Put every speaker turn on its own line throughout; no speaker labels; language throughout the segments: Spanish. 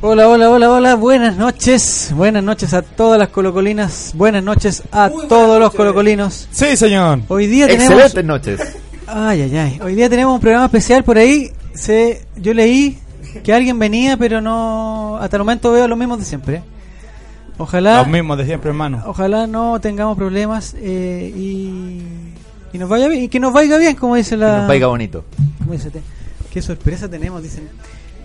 Hola, hola, hola, hola, buenas noches, buenas noches a todas las colocolinas, buenas noches a todos los colocolinos.
Sí, señor.
Hoy día tenemos...
Excelentes noches.
Ay, ay, ay, hoy día tenemos un programa especial por ahí, se, yo leí que alguien venía, pero no, hasta el momento veo los mismos de siempre. Ojalá,
Los mismos de siempre, hermano.
ojalá no tengamos problemas eh, y, y nos vaya bien, y que nos vaya bien, como dice la...
Que nos vaya bonito.
¿Cómo dice? Te- Qué sorpresa tenemos, dicen.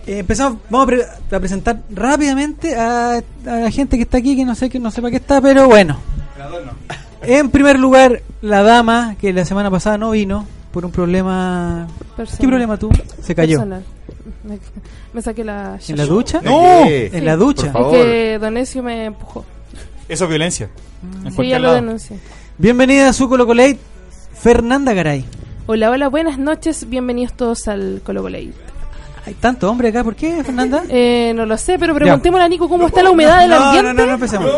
Eh, empezamos, vamos a, pre- a presentar rápidamente a, a la gente que está aquí, que no sé que no sepa qué está, pero bueno. En primer lugar, la dama que la semana pasada no vino por un problema. ¿Qué
Personal.
problema tú? Se cayó.
Personal. Me, me saqué la...
¿En la ducha?
¡No!
Sí.
En la ducha.
Por favor.
Es que Donesio me empujó.
Eso es violencia. En
Mm. Sí, ya
cualquier
lo
lado.
denuncié.
Bienvenida a su Colocolate, Fernanda Garay.
Hola, hola, buenas noches. Bienvenidos todos al Colo Late.
Hay tanto hombre acá, ¿por qué, Fernanda?
Eh, no lo sé, pero preguntémosle a Nico cómo está la humedad del
no, No,
ambiente.
no, no empecemos.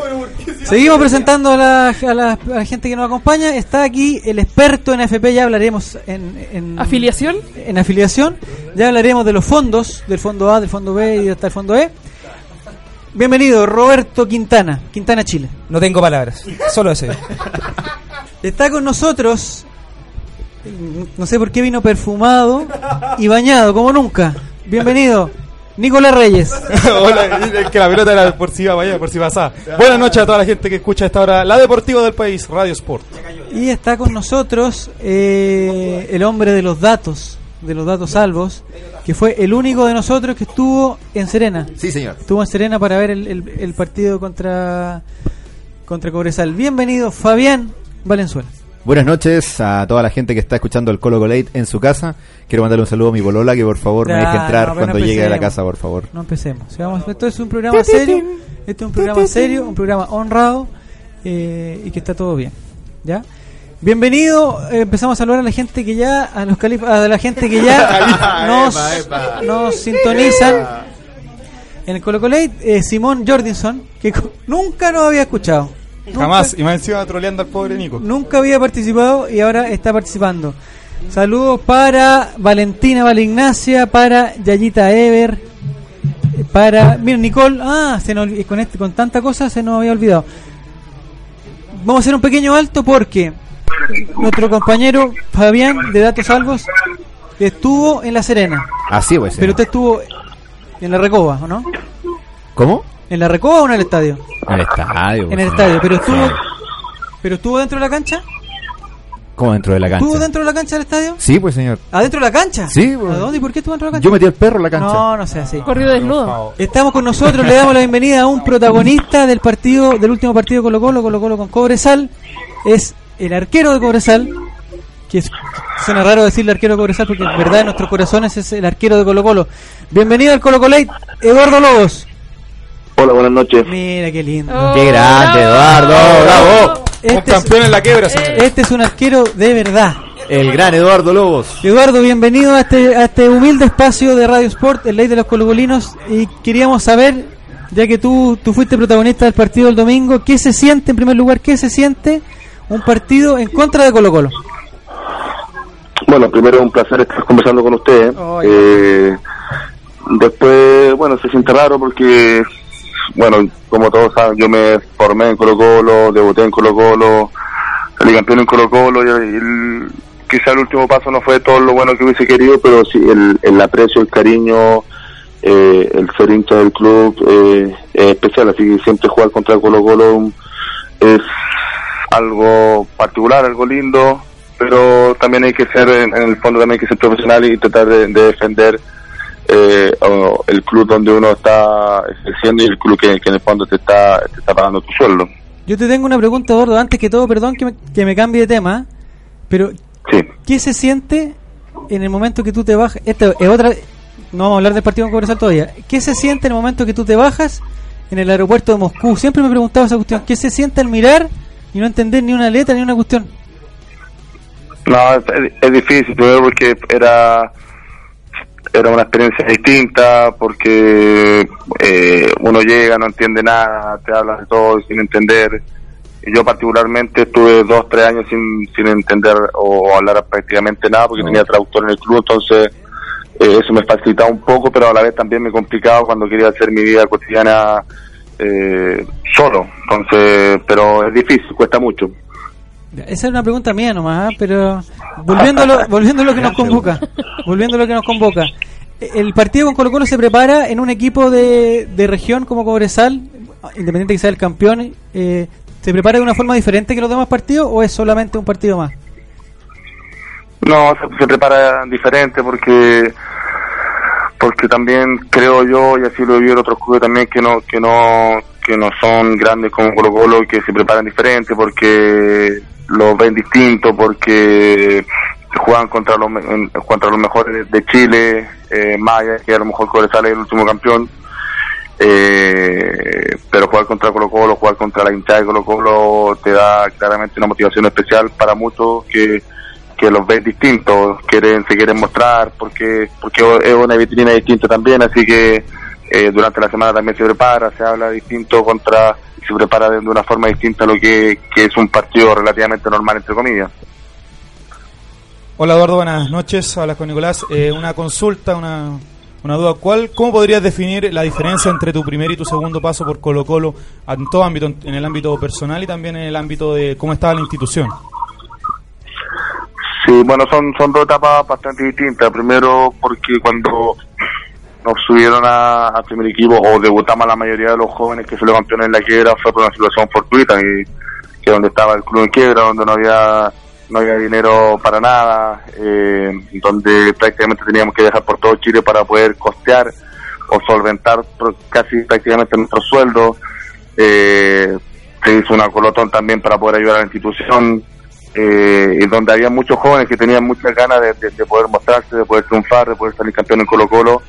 Seguimos presentando a la, a, la, a la gente que nos acompaña. Está aquí el experto en FP, ya hablaremos en, en
¿Afiliación?
En afiliación. Ya hablaremos de los fondos, del fondo A, del fondo B y hasta el fondo E. Bienvenido, Roberto Quintana, Quintana Chile.
No tengo palabras, solo ese.
Está con nosotros, no sé por qué vino perfumado y bañado, como nunca. Bienvenido, Nicolás Reyes.
Hola, es que la pelota era por si iba para allá, por si pasaba. Buenas noches a toda la gente que escucha a esta hora la Deportiva del País, Radio Sport.
Y está con nosotros eh, el hombre de los datos, de los datos salvos, que fue el único de nosotros que estuvo en Serena.
Sí, señor.
Estuvo en Serena para ver el, el- el partido contra, contra Cobresal. Bienvenido, Fabián Valenzuela.
Buenas noches a toda la gente que está escuchando el Colo Colate en su casa. Quiero mandarle un saludo a mi bolola que por favor me
Ya,
deje entrar
Ah, no, pues pero
cuando llegue a la
empecemos.
casa, por favor.
No empecemos. Si vamos- esto es un programa serio, esto es un programa serio, un programa honrado eh, y que está todo bien. ¿Ya? Bienvenido, eh, empezamos a saludar a la gente que ya, a los calif- a la gente que ya nos,
Epa, epa.
nos sintonizan. En el Colo eh, Simón Jordinson, que co- nunca nos había escuchado. Nunca-
Jamás. Y me encima troleando al pobre Nico.
Nunca había participado y ahora está participando. Saludos para Valentina Valignacia, para Yayita Ever, para. Mira, Nicole. Ah, se nos, con, este, con tanta cosa se nos había olvidado. Vamos a hacer un pequeño alto porque nuestro compañero Fabián de Datos Salvos estuvo en La Serena.
Así pues.
Pero
señor.
usted estuvo en la Recoba, ¿o no?
¿Cómo?
¿En la Recoba o en el estadio?
En el estadio.
En el estadio, pero estuvo. ¿Pero estuvo dentro de la cancha?
¿Cómo dentro de la cancha?
¿Estuvo dentro de la cancha del estadio?
Sí, pues señor.
¿Adentro de la cancha?
Sí, pues.
¿A dónde y por qué estuvo dentro de la cancha?
Yo metí al perro en la cancha.
No, no sea así.
Corrido desnudo.
Estamos con nosotros, le damos la bienvenida a un protagonista del partido, del último partido Colo Colo, Colo Colo con Cobresal. Es el arquero de Cobresal, que es, suena raro decirle arquero de Cobresal porque en verdad en nuestros corazones es el arquero de Colo Colo. Bienvenido al Colo Colate, Eduardo Lobos.
Hola, buenas noches.
Mira qué lindo.
Oh,
¡Qué grande,
bravo.
Eduardo! ¡Bravo!
Un
Este es,
campeón en la quiebra, señor.
este es un arquero de verdad.
El gran Eduardo Lobos.
Eduardo, bienvenido a este, a este humilde espacio de Radio Sport, el ley de los colocolinos. Y queríamos saber, ya que tú, tú fuiste protagonista del partido el domingo, ¿qué se siente en primer lugar? ¿Qué se siente un partido en contra de Colo Colo?
Bueno, primero un placer estar conversando con ustedes.
Ay.
Eh, después, bueno, se siente raro porque, bueno, como todos saben, yo me formé en Colo Colo, debuté en Colo Colo, salí campeón en Colo Colo y el- quizá el último paso no fue todo lo bueno que hubiese querido, pero sí el, el aprecio, el cariño, eh, el ser hincha del club eh, es especial, así que siempre jugar contra Colo Colo es algo particular, algo lindo, pero también hay que ser, en, en el fondo también hay que ser profesional y tratar de, de defender eh, o el club donde uno está ejerciendo y el club que, que en el fondo te está, te está pagando tu sueldo.
Yo te tengo una pregunta, Gordo. Antes que todo, perdón que me, que me cambie de tema, pero
Sí.
¿qué se siente en el momento que tú te bajas? Esta es otra. No vamos a hablar del partido con Cobresal todavía. ¿Qué se siente en el momento que tú te bajas en el aeropuerto de Moscú? Siempre me he preguntado esa cuestión. ¿Qué se siente al mirar y no entender ni una letra ni una cuestión?
No, es, es- es difícil, primero porque era era una experiencia distinta, porque eh, uno llega, no entiende nada, te hablan de todo sin entender. Y Yo particularmente estuve dos, tres años sin, sin entender o, hablar prácticamente nada, porque tenía traductor en el club, entonces eh, eso me facilitaba un poco, pero a la vez también me complicaba cuando quería hacer mi vida cotidiana eh, solo. Entonces, pero es difícil, cuesta mucho.
Ya, Esa es una pregunta mía nomás, ¿ah? pero volviendo a, lo, volviendo a lo que nos convoca, volviendo a lo que nos convoca, E- el partido con Colo Colo se prepara en un equipo de, de región como Cobresal, independiente que sea el campeón, eh, ¿se prepara de una forma diferente que los demás partidos o es solamente un partido más?
No, se, se prepara diferente porque porque también creo yo y así lo vi en otros clubes también que no que no que no son grandes como Colo Colo y que se preparan diferente porque los ven distinto porque juegan contra los me- en- contra los mejores de, de Chile eh, Maya que a lo mejor Cobresal es el último campeón eh, pero jugar contra Colo Colo, jugar contra la hinchada de Colo Colo te da claramente una motivación especial para muchos que, que los ven distintos, quieren, se quieren mostrar porque, porque es una vitrina distinta también, así que eh, durante la semana también se prepara, se habla distinto contra, se prepara de de una forma distinta a lo que, que es un partido relativamente normal entre comillas.
Hola Eduardo, buenas noches. Hablas con Nicolás. Eh, una consulta, una, una duda. ¿Cuál, ¿Cómo podrías definir la diferencia entre tu primer y tu segundo paso por Colo Colo en todo ámbito, en el ámbito personal y también en el ámbito de cómo estaba la institución?
Sí, bueno, son, son dos etapas bastante distintas. Primero, porque cuando nos subieron a, a primer equipo o debutamos a la mayoría de los jóvenes que fueron campeones en la quiebra fue por una situación fortuita y que donde estaba el club en quiebra, donde no había no había dinero para nada, eh, donde prácticamente teníamos que dejar por todo Chile para poder costear o solventar pro- casi prácticamente nuestro sueldo. Eh, se hizo una colotón también para poder ayudar a la institución eh, y donde había muchos jóvenes que tenían muchas ganas de, de- de poder mostrarse, de poder triunfar, de poder salir campeón en Colo Colo,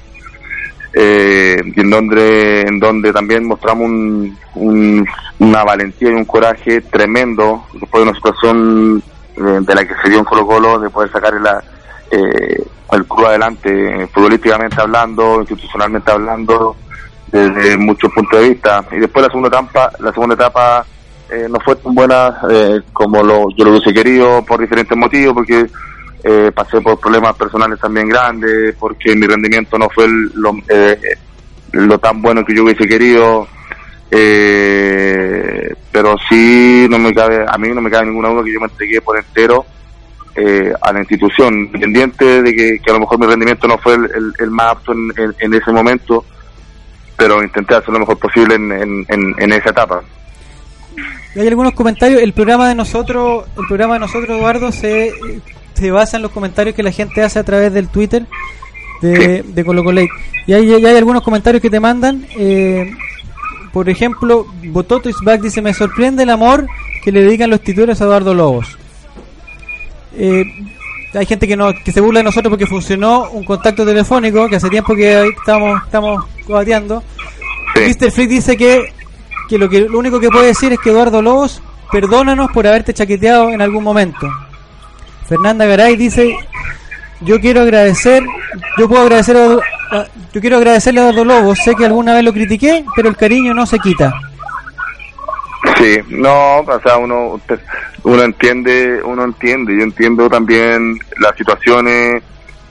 y en donde, en donde también mostramos un- un- una valentía y un coraje tremendo después de una situación eh, de la que se dio en Colo Colo, de poder sacar la, eh, el club adelante, eh, futbolísticamente hablando, institucionalmente hablando, desde muchos puntos de vista. Y después la segunda etapa, la segunda etapa eh, no fue tan buena eh, como lo, yo lo hubiese querido por diferentes motivos, porque eh, pasé por problemas personales también grandes, porque mi rendimiento no fue el- lo, eh, lo tan bueno que yo hubiese querido. Eh, pero sí, no me cabe, a mí no me cabe ninguna duda que yo me entregué por entero eh, a la institución, independiente de que, que a lo mejor mi rendimiento no fue el, el- el más apto en, en- en ese momento, pero intenté hacer lo mejor posible en, en- en- en esa etapa.
Y hay algunos comentarios, el programa de nosotros, el programa de nosotros Eduardo se, se basa en los comentarios que la gente hace a través del Twitter de, de ColocoLate. Y hay, y hay algunos comentarios que te mandan, eh, por ejemplo, Bototo is back dice me sorprende el amor que le dedican los titulares a Eduardo Lobos. Eh, hay gente que no, que se burla de nosotros porque funcionó un contacto telefónico que hace tiempo que ahí estamos, estamos cobateando.
Sí.
Mr. Freak dice que, que, lo que lo único que puede decir es que Eduardo Lobos, perdónanos por haberte chaqueteado en algún momento. Fernanda Garay dice, yo quiero agradecer, yo puedo agradecer a, Eduardo- a- yo quiero agradecerle a Eduardo Lobos, sé que alguna vez lo critiqué, pero el cariño no se quita.
Sí, no, o sea, uno, uno entiende, uno entiende, yo entiendo también las situaciones,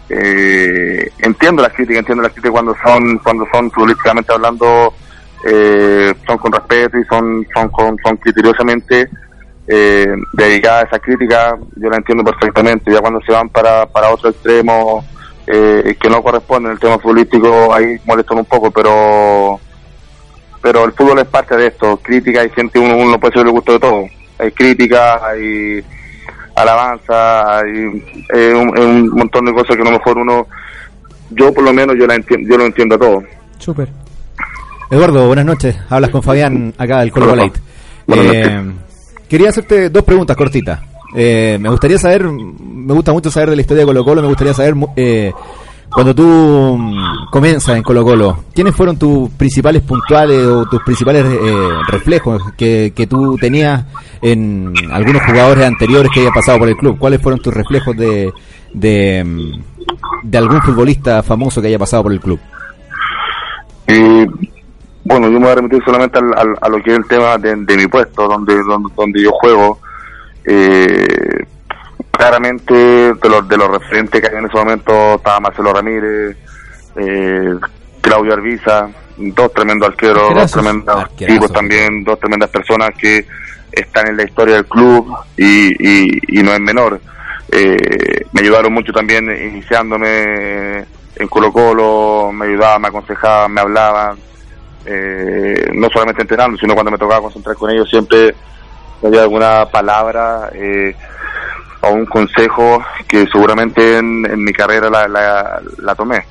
eh, entiendo las críticas, entiendo las críticas cuando son, cuando son políticamente hablando, eh, son con respeto y son, son, con- son criteriosamente eh, dedicadas a esa crítica, yo la entiendo perfectamente, ya cuando se van para, para otro extremo, eh, que no corresponde el tema político, ahí molestan un poco, pero pero el fútbol es parte de esto. Crítica y gente, uno, uno no puede ser el gusto de todo. hay críticas, hay alabanza, hay, eh, un, un montón de cosas que a lo mejor uno, yo por lo menos yo, la enti- yo lo entiendo todo.
Súper.
Eduardo, buenas noches. Hablas con Fabián acá del Colo Light.
Buenas
Eh, quería hacerte dos preguntas cortitas. Eh, me gustaría saber, me gusta mucho saber de la historia de Colo Colo, me gustaría saber mu- eh, cuando tú mm, comienzas en Colo Colo, ¿quiénes fueron tus principales puntuales o tus principales eh, reflejos que, que tú tenías en algunos jugadores anteriores que hayan pasado por el club? ¿Cuáles fueron tus reflejos de, de, mm, de algún futbolista famoso que haya pasado por el club?
Y bueno, yo me voy a remitir solamente al- al- a lo que es el tema de, de mi puesto, donde, donde, donde yo juego. Eh, claramente, de los, de los referentes que había en ese momento, estaba Marcelo Ramírez, eh, Claudio Arbiza, dos tremendos arqueros, dos
Arquerazos.
tremendos
Arquerazos.
tipos también, dos tremendas personas que están en la historia del club y, y, y no es menor. Eh, me ayudaron mucho también iniciándome en Colo Colo, me ayudaban, me aconsejaban, me hablaban, eh, no solamente entrenando, sino cuando me tocaba concentrar con ellos, siempre había alguna palabra eh, o un consejo que seguramente en, en mi carrera la, la, la tomé.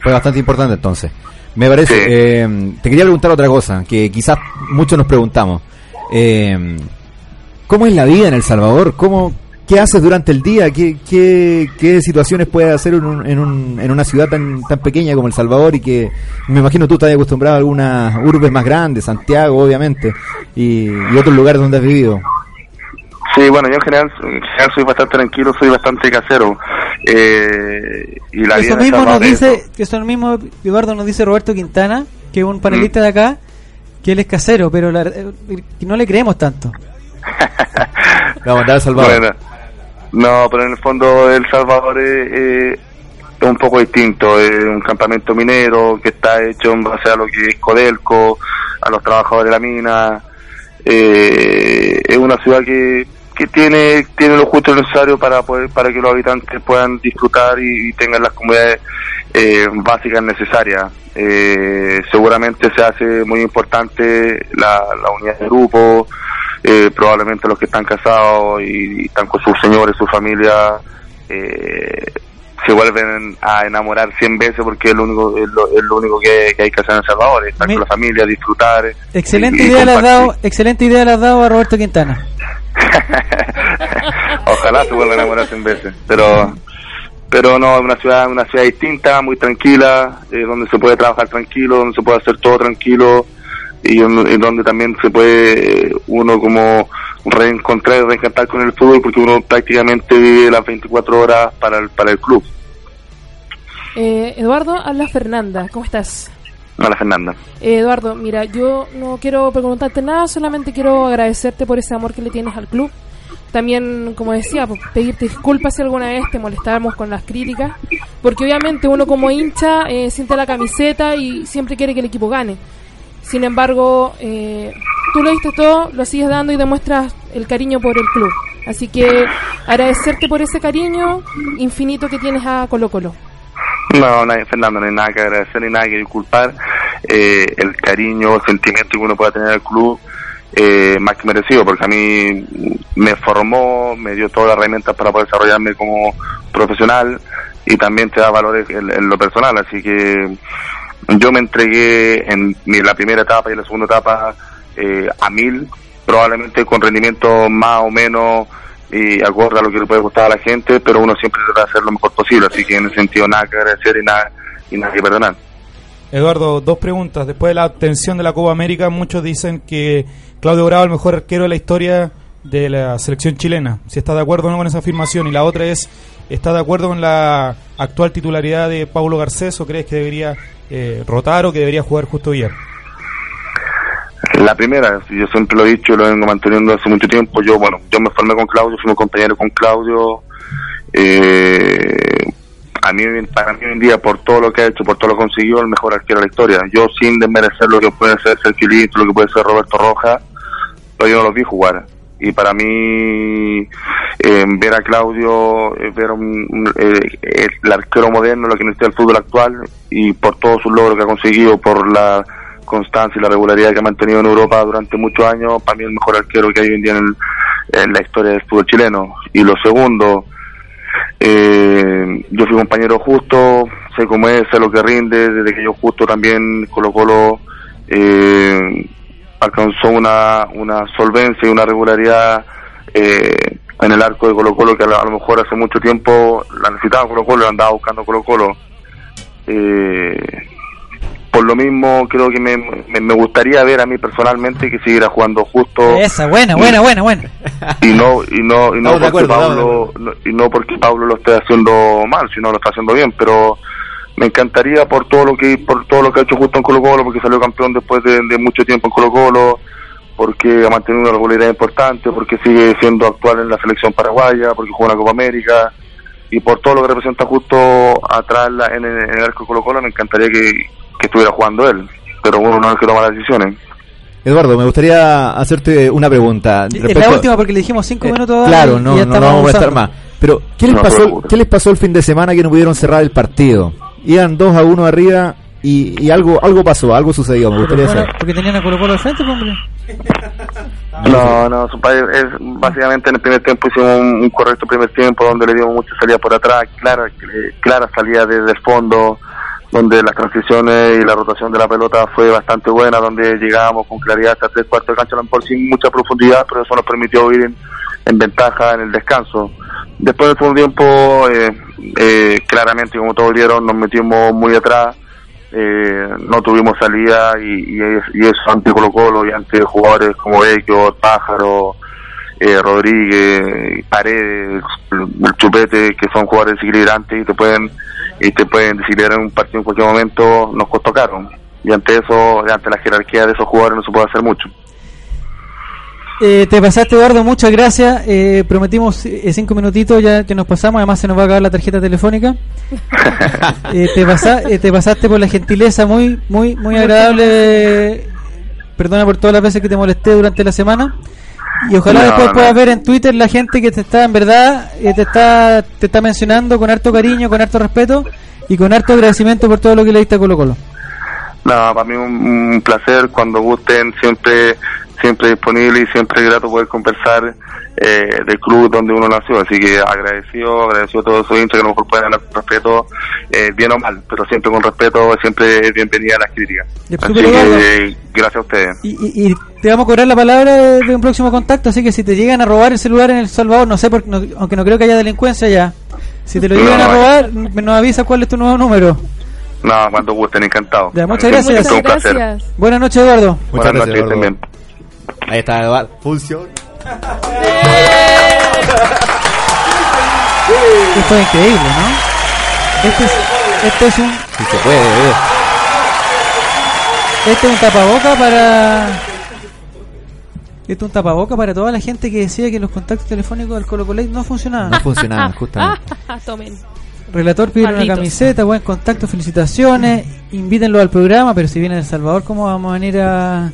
Fue bastante importante entonces. Me parece.
Sí.
eh, te quería preguntar otra cosa que quizás muchos nos preguntamos. Eh, ¿Cómo es la vida en El Salvador? ¿Cómo, ¿Qué haces durante el día? ¿Qué, qué, qué situaciones puedes hacer en, un- en, un- en una ciudad tan, tan pequeña como El Salvador? Y que me imagino tú estás acostumbrado a algunas urbes más grandes, Santiago, obviamente, y, y otros lugares donde has vivido.
Sí, bueno, yo en general, en general soy bastante tranquilo, soy bastante casero. Eh, y la vida
eso
en El
mismo nos
Salvador es
dice,
eso.
que eso mismo Eduardo nos dice Roberto Quintana, que es un
Mm.
panelista de acá, que él es casero, pero la- eh, que no le creemos tanto.
La bondad de El Salvador.
Bueno, no, pero en el fondo El Salvador es, eh, es un poco distinto. Es un campamento minero que está hecho en base a lo que es Codelco, a los trabajadores de la mina. Eh, es una ciudad que, que tiene tiene lo justo y lo necesario para poder, para que los habitantes puedan disfrutar y, y tengan las comunidades eh, básicas necesarias. Eh, seguramente se hace muy importante la, la unidad de grupo, eh, probablemente los que están casados y, y están con sus señores, su familia, eh, se vuelven a enamorar 100 veces porque es lo único, es lo, es lo único que, que hay que hacer en El Salvador, estar
Mi-
con la familia, disfrutar. eh,
Excelente
y- y
idea le has
compartir.
dado, excelente idea le has dado a Roberto Quintana.
Ojalá se vuelva a enamorar 100 veces, pero pero no, es una ciudad, una ciudad distinta, muy tranquila, eh, donde se puede trabajar tranquilo, donde se puede hacer todo tranquilo y en, en donde también se puede eh, uno como reencontrar, reencantar con el fútbol porque uno prácticamente vive las 24 horas para el, para el club.
Eh, Eduardo, habla Fernanda. ¿Cómo estás?
Mala Fernanda.
Eh, Eduardo, mira, yo no quiero preguntarte nada, solamente quiero agradecerte por ese amor que le tienes al club. También, como decía, po- pedirte disculpas si alguna vez te molestábamos con las críticas, porque obviamente uno como hincha eh, siente la camiseta y siempre quiere que el equipo gane. Sin embargo, eh, tú lo diste todo, lo sigues dando y demuestras el cariño por el club. Así que agradecerte por ese cariño infinito que tienes a Colo Colo.
No, no hay- Fernando, no hay nada que agradecer ni nada que disculpar. Eh, el cariño, el sentimiento que uno pueda tener al club, eh, más que merecido, porque a mí me formó, me dio todas las herramientas para poder desarrollarme como profesional y también te da valores en, en lo personal. Así que yo me entregué en mi- la primera etapa y la segunda etapa eh, a mil, probablemente con rendimiento más o menos y acorde a lo que le puede gustar a la gente, pero uno siempre trata de hacer lo mejor posible, así que en ese sentido nada que agradecer y nada, y nada que perdonar.
Eduardo, dos preguntas. Después de la obtención de la Copa América, muchos dicen que Claudio Bravo es el mejor arquero de la historia de la selección chilena. Si está de acuerdo o no con esa afirmación. Y la otra es, ¿está de acuerdo con la actual titularidad de Paulo Garcés o crees que debería eh, rotar o que debería jugar justo bien?
La primera, yo siempre lo he dicho, lo vengo manteniendo hace mucho tiempo. Yo, bueno, yo me formé con Claudio, fuimos compañeros con Claudio. Eh, a mí, para mí hoy en día, por todo lo que ha hecho, por todo lo que consiguió, el mejor arquero de la historia. Yo, sin desmerecer lo que puede ser Sergio Lito, lo que puede ser Roberto Rojas, pero yo no los vi jugar. Y para mí, eh, ver a Claudio, eh, ver a un- un- eh, el, el arquero moderno, lo que necesita el fútbol actual, y por todos sus logros que ha conseguido, por la constancia y la regularidad que ha mantenido en Europa durante muchos años, para mí el mejor arquero que hay hoy en día en, el- en la historia del fútbol chileno. Y lo segundo, eh, yo fui compañero justo, sé cómo es, sé lo que rinde, desde que yo justo también Colo Colo eh, alcanzó una, una solvencia y una regularidad eh, en el arco de Colo Colo que a lo, a lo mejor hace mucho tiempo la necesitaba Colo Colo, la andaba buscando Colo Colo. Eh, por lo mismo creo que me, me, me gustaría ver a mí personalmente que siguiera jugando justo
Esa, buena, buena, buena, buena.
y no y no y no
Estamos de
porque
acuerdo, estamos de
Pablo no- y no porque Pablo lo esté haciendo mal sino lo está haciendo bien pero me encantaría por todo lo que por todo lo que ha hecho justo en Colo Colo porque salió campeón después de, de mucho tiempo en Colo Colo porque ha mantenido una regularidad importante porque sigue siendo actual en la selección paraguaya porque juega en la Copa América y por todo lo que representa justo atrás en la- en el, en el arco de Colo Colo me encantaría que, que estuviera jugando él pero bueno no es el que toma las decisiones
Eduardo, me gustaría hacerte una pregunta.
Es la
Respecto-
última porque le dijimos cinco
Eh,
minutos.
Claro,
y
no,
ya
no, no
estamos
vamos a estar
abusando.
más. Pero, ¿qué les,
No,
pasó,
seguro.
¿qué les pasó el fin de semana que no pudieron cerrar el partido? Iban 2 a 1 arriba y, y algo algo pasó, algo sucedió, me gustaría
Bueno,
saber.
porque tenían a Colo Colo al frente, pues, hombre.
No, no, su país es básicamente en el primer tiempo hicimos un, un correcto primer tiempo donde le dimos mucha salida por atrás, clara, eh, clara salida desde el fondo, donde las transiciones y la rotación de la pelota fue bastante buena, donde llegábamos con claridad hasta tres cuartos de cancha, a lo mejor sin mucha profundidad, pero eso nos permitió ir en, en ventaja en el descanso. Después del segundo tiempo, eh, eh, claramente, como todos vieron, nos metimos muy atrás eh, no tuvimos salida y, y, es- y eso ante Colo Colo y ante jugadores como Vecchio, Pájaro, eh, Rodríguez, Paredes, el Chupete, que son jugadores desequilibrantes y te pueden y te pueden desequilibrar en un partido en cualquier momento, nos costó caro. Y ante eso, ante la jerarquía de esos jugadores no se puede hacer mucho.
Eh, te pasaste, Eduardo, muchas gracias. Eh, prometimos eh, cinco minutitos, ya que nos pasamos. Además, se nos va a acabar la tarjeta telefónica. Eh, te, pasa- eh, te pasaste por la gentileza muy, muy, muy agradable. Perdona por todas las veces que te molesté durante la semana. Y ojalá
No,
después
no.
puedas ver en Twitter la gente que te está, en verdad, eh, te está te está mencionando con harto cariño, con harto respeto y con harto agradecimiento por todo lo que le diste a Colo Colo.
Nada, para mí un, un placer, cuando gusten, siempre siempre disponible y siempre grato poder conversar eh, del club donde uno nació. Así que agradecido, agradecido a todos esos hinchas que a lo mejor pueden hablar con respeto, eh, bien o mal, pero siempre con respeto, siempre bienvenida a las críticas.
Ya,
Así
súper
que eh, gracias a ustedes.
Y, y- y te vamos a cobrar la palabra de, de un próximo contacto, así que si te llegan a robar el celular en El Salvador, no sé, por- no- aunque no creo que haya delincuencia ya, si te lo
No,
llegan a
no hay.
robar, n- nos avisa cuál es tu nuevo número.
Nada, cuando gusten, encantado.
Ya, muchas
Así que
gracias.
es un placer.
gracias.
Buenas noches, Eduardo.
Buenas
Muchas gracias,
noches,
Eduardo.
también.
Ahí está, Eduardo. Función.
Esto es increíble, ¿no? Este es, este es un
Si se puede, eh.
este es un tapaboca para este es un tapaboca para toda la gente que decía que los contactos telefónicos del Colo Colo no funcionaban.
No funcionaba, justamente.
Tomen.
Relator pidieron una
Malditos.
camiseta, buen contacto, felicitaciones, invítenlo al programa, pero si viene El Salvador, ¿cómo vamos a venir a,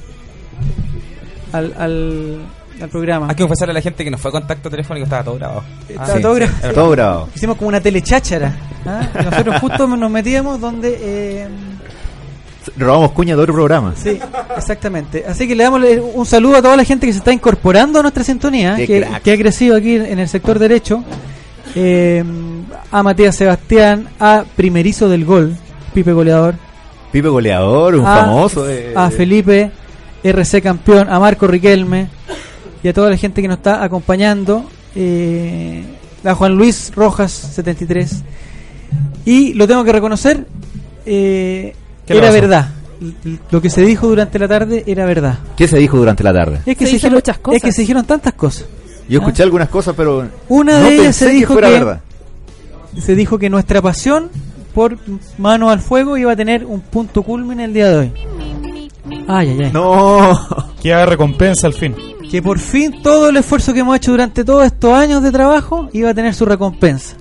al, al, al programa? Eh,
Hay que confesarle a la gente que nos fue contacto telefónico, estaba todo grabado. Ah,
Estaba todo gra-
es verdad.
Todo bravo.
Hicimos como una telecháchara. ¿ah? Y Nosotros justo nos metíamos donde... eh,
Robamos cuña de otro programa.
sí, exactamente. Así que le damos le- un saludo a toda la gente que se está incorporando a nuestra sintonía,
Qué
que,
crack.
que ha crecido aquí en el sector derecho. Eh, a Matías Sebastián, a Primerizo del Gol, Pipe Goleador.
Pipe goleador, un
Ah, a-
famoso. eh,
a Felipe, RC campeón, a Marco Riquelme y a toda la gente que nos está acompañando, eh, a Juan Luis Rojas, 73. Y lo tengo que reconocer, eh,
¿Qué le
era
pasó?
verdad. L- Lo que se dijo durante la tarde era verdad.
¿Qué se dijo durante la tarde?
Es que
Se dicen muchas cosas.
Es que se dijeron tantas cosas.
Yo escuché algunas cosas, pero
Ah. Una
no
de ellas
pensé
se dijo
que fuera
que-
verdad.
Se dijo que nuestra pasión por mano al fuego iba a tener un punto culmine el día de hoy. Ay, ay, ay.
No.
Que haga recompensa al fin.
que por fin todo el esfuerzo que hemos hecho durante todos estos años de trabajo iba a tener su recompensa.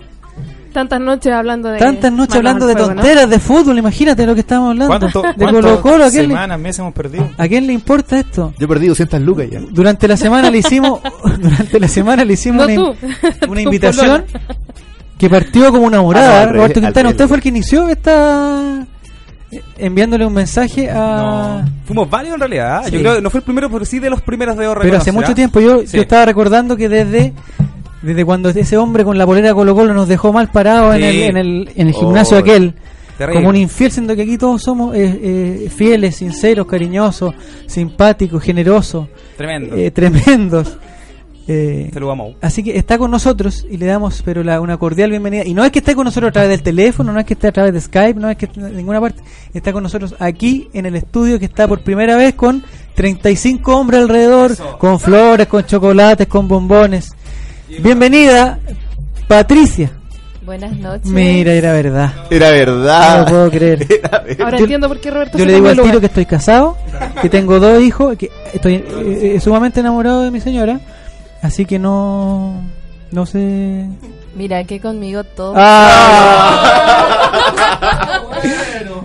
Tantas noches hablando de.
Tantas noches
manos
hablando
Pues, al
de
fuego, ¿no?
tonteras de fútbol, imagínate lo que estamos hablando.
¿Cuánto,
de Colo Colo, ¿a
cuántas
quién, le,
semanas, meses hemos perdido?
a quién le importa esto?
Yo perdí 200 lucas ya.
Durante la semana le hicimos durante la semana le hicimos
No
una,
tú.
in- una
Tu
invitación que partió como una morada.
Ah, no, al
Roberto
revés, al
Quintana,
revés.
usted fue el que inició esta eh, enviándole un mensaje a...
Fuimos varios en realidad. ¿eh?
Sí.
Yo creo que no fue el primero, pero sí de los primeros de oro.
Pero hace
reconocer,
mucho
¿eh?
tiempo yo,
Sí.
yo estaba recordando que desde desde cuando ese hombre con la polera Colo Colo nos dejó mal parados en,
Sí.
el, en, el, en el gimnasio
Oh,
aquel,
terrible.
como un infiel, siendo que aquí todos somos eh, eh, fieles, sinceros, cariñosos, simpáticos, generosos,
Tremendo.
eh, tremendos. Eh,
Saludamos.
así que está con nosotros y le damos pero la- una cordial bienvenida. Y no es que esté con nosotros a través del teléfono, no es que esté a través de Skype, no es que esté en ninguna parte. Está con nosotros aquí en el estudio que está por primera vez con 35 hombres alrededor, con flores, con chocolates, con bombones. Bienvenida, Patricia.
Buenas noches.
Mira, era verdad.
Era
No lo
verdad.
puedo creer.
Ahora
Yo-
entiendo por qué Roberto
Yo
se
le
tomó
digo
el
al tiro
lugar.
que estoy casado, que tengo dos hijos, que estoy eh, eh, sumamente enamorado de mi señora, así que no no sé.
Mira, que conmigo todo. Ah.
Ah.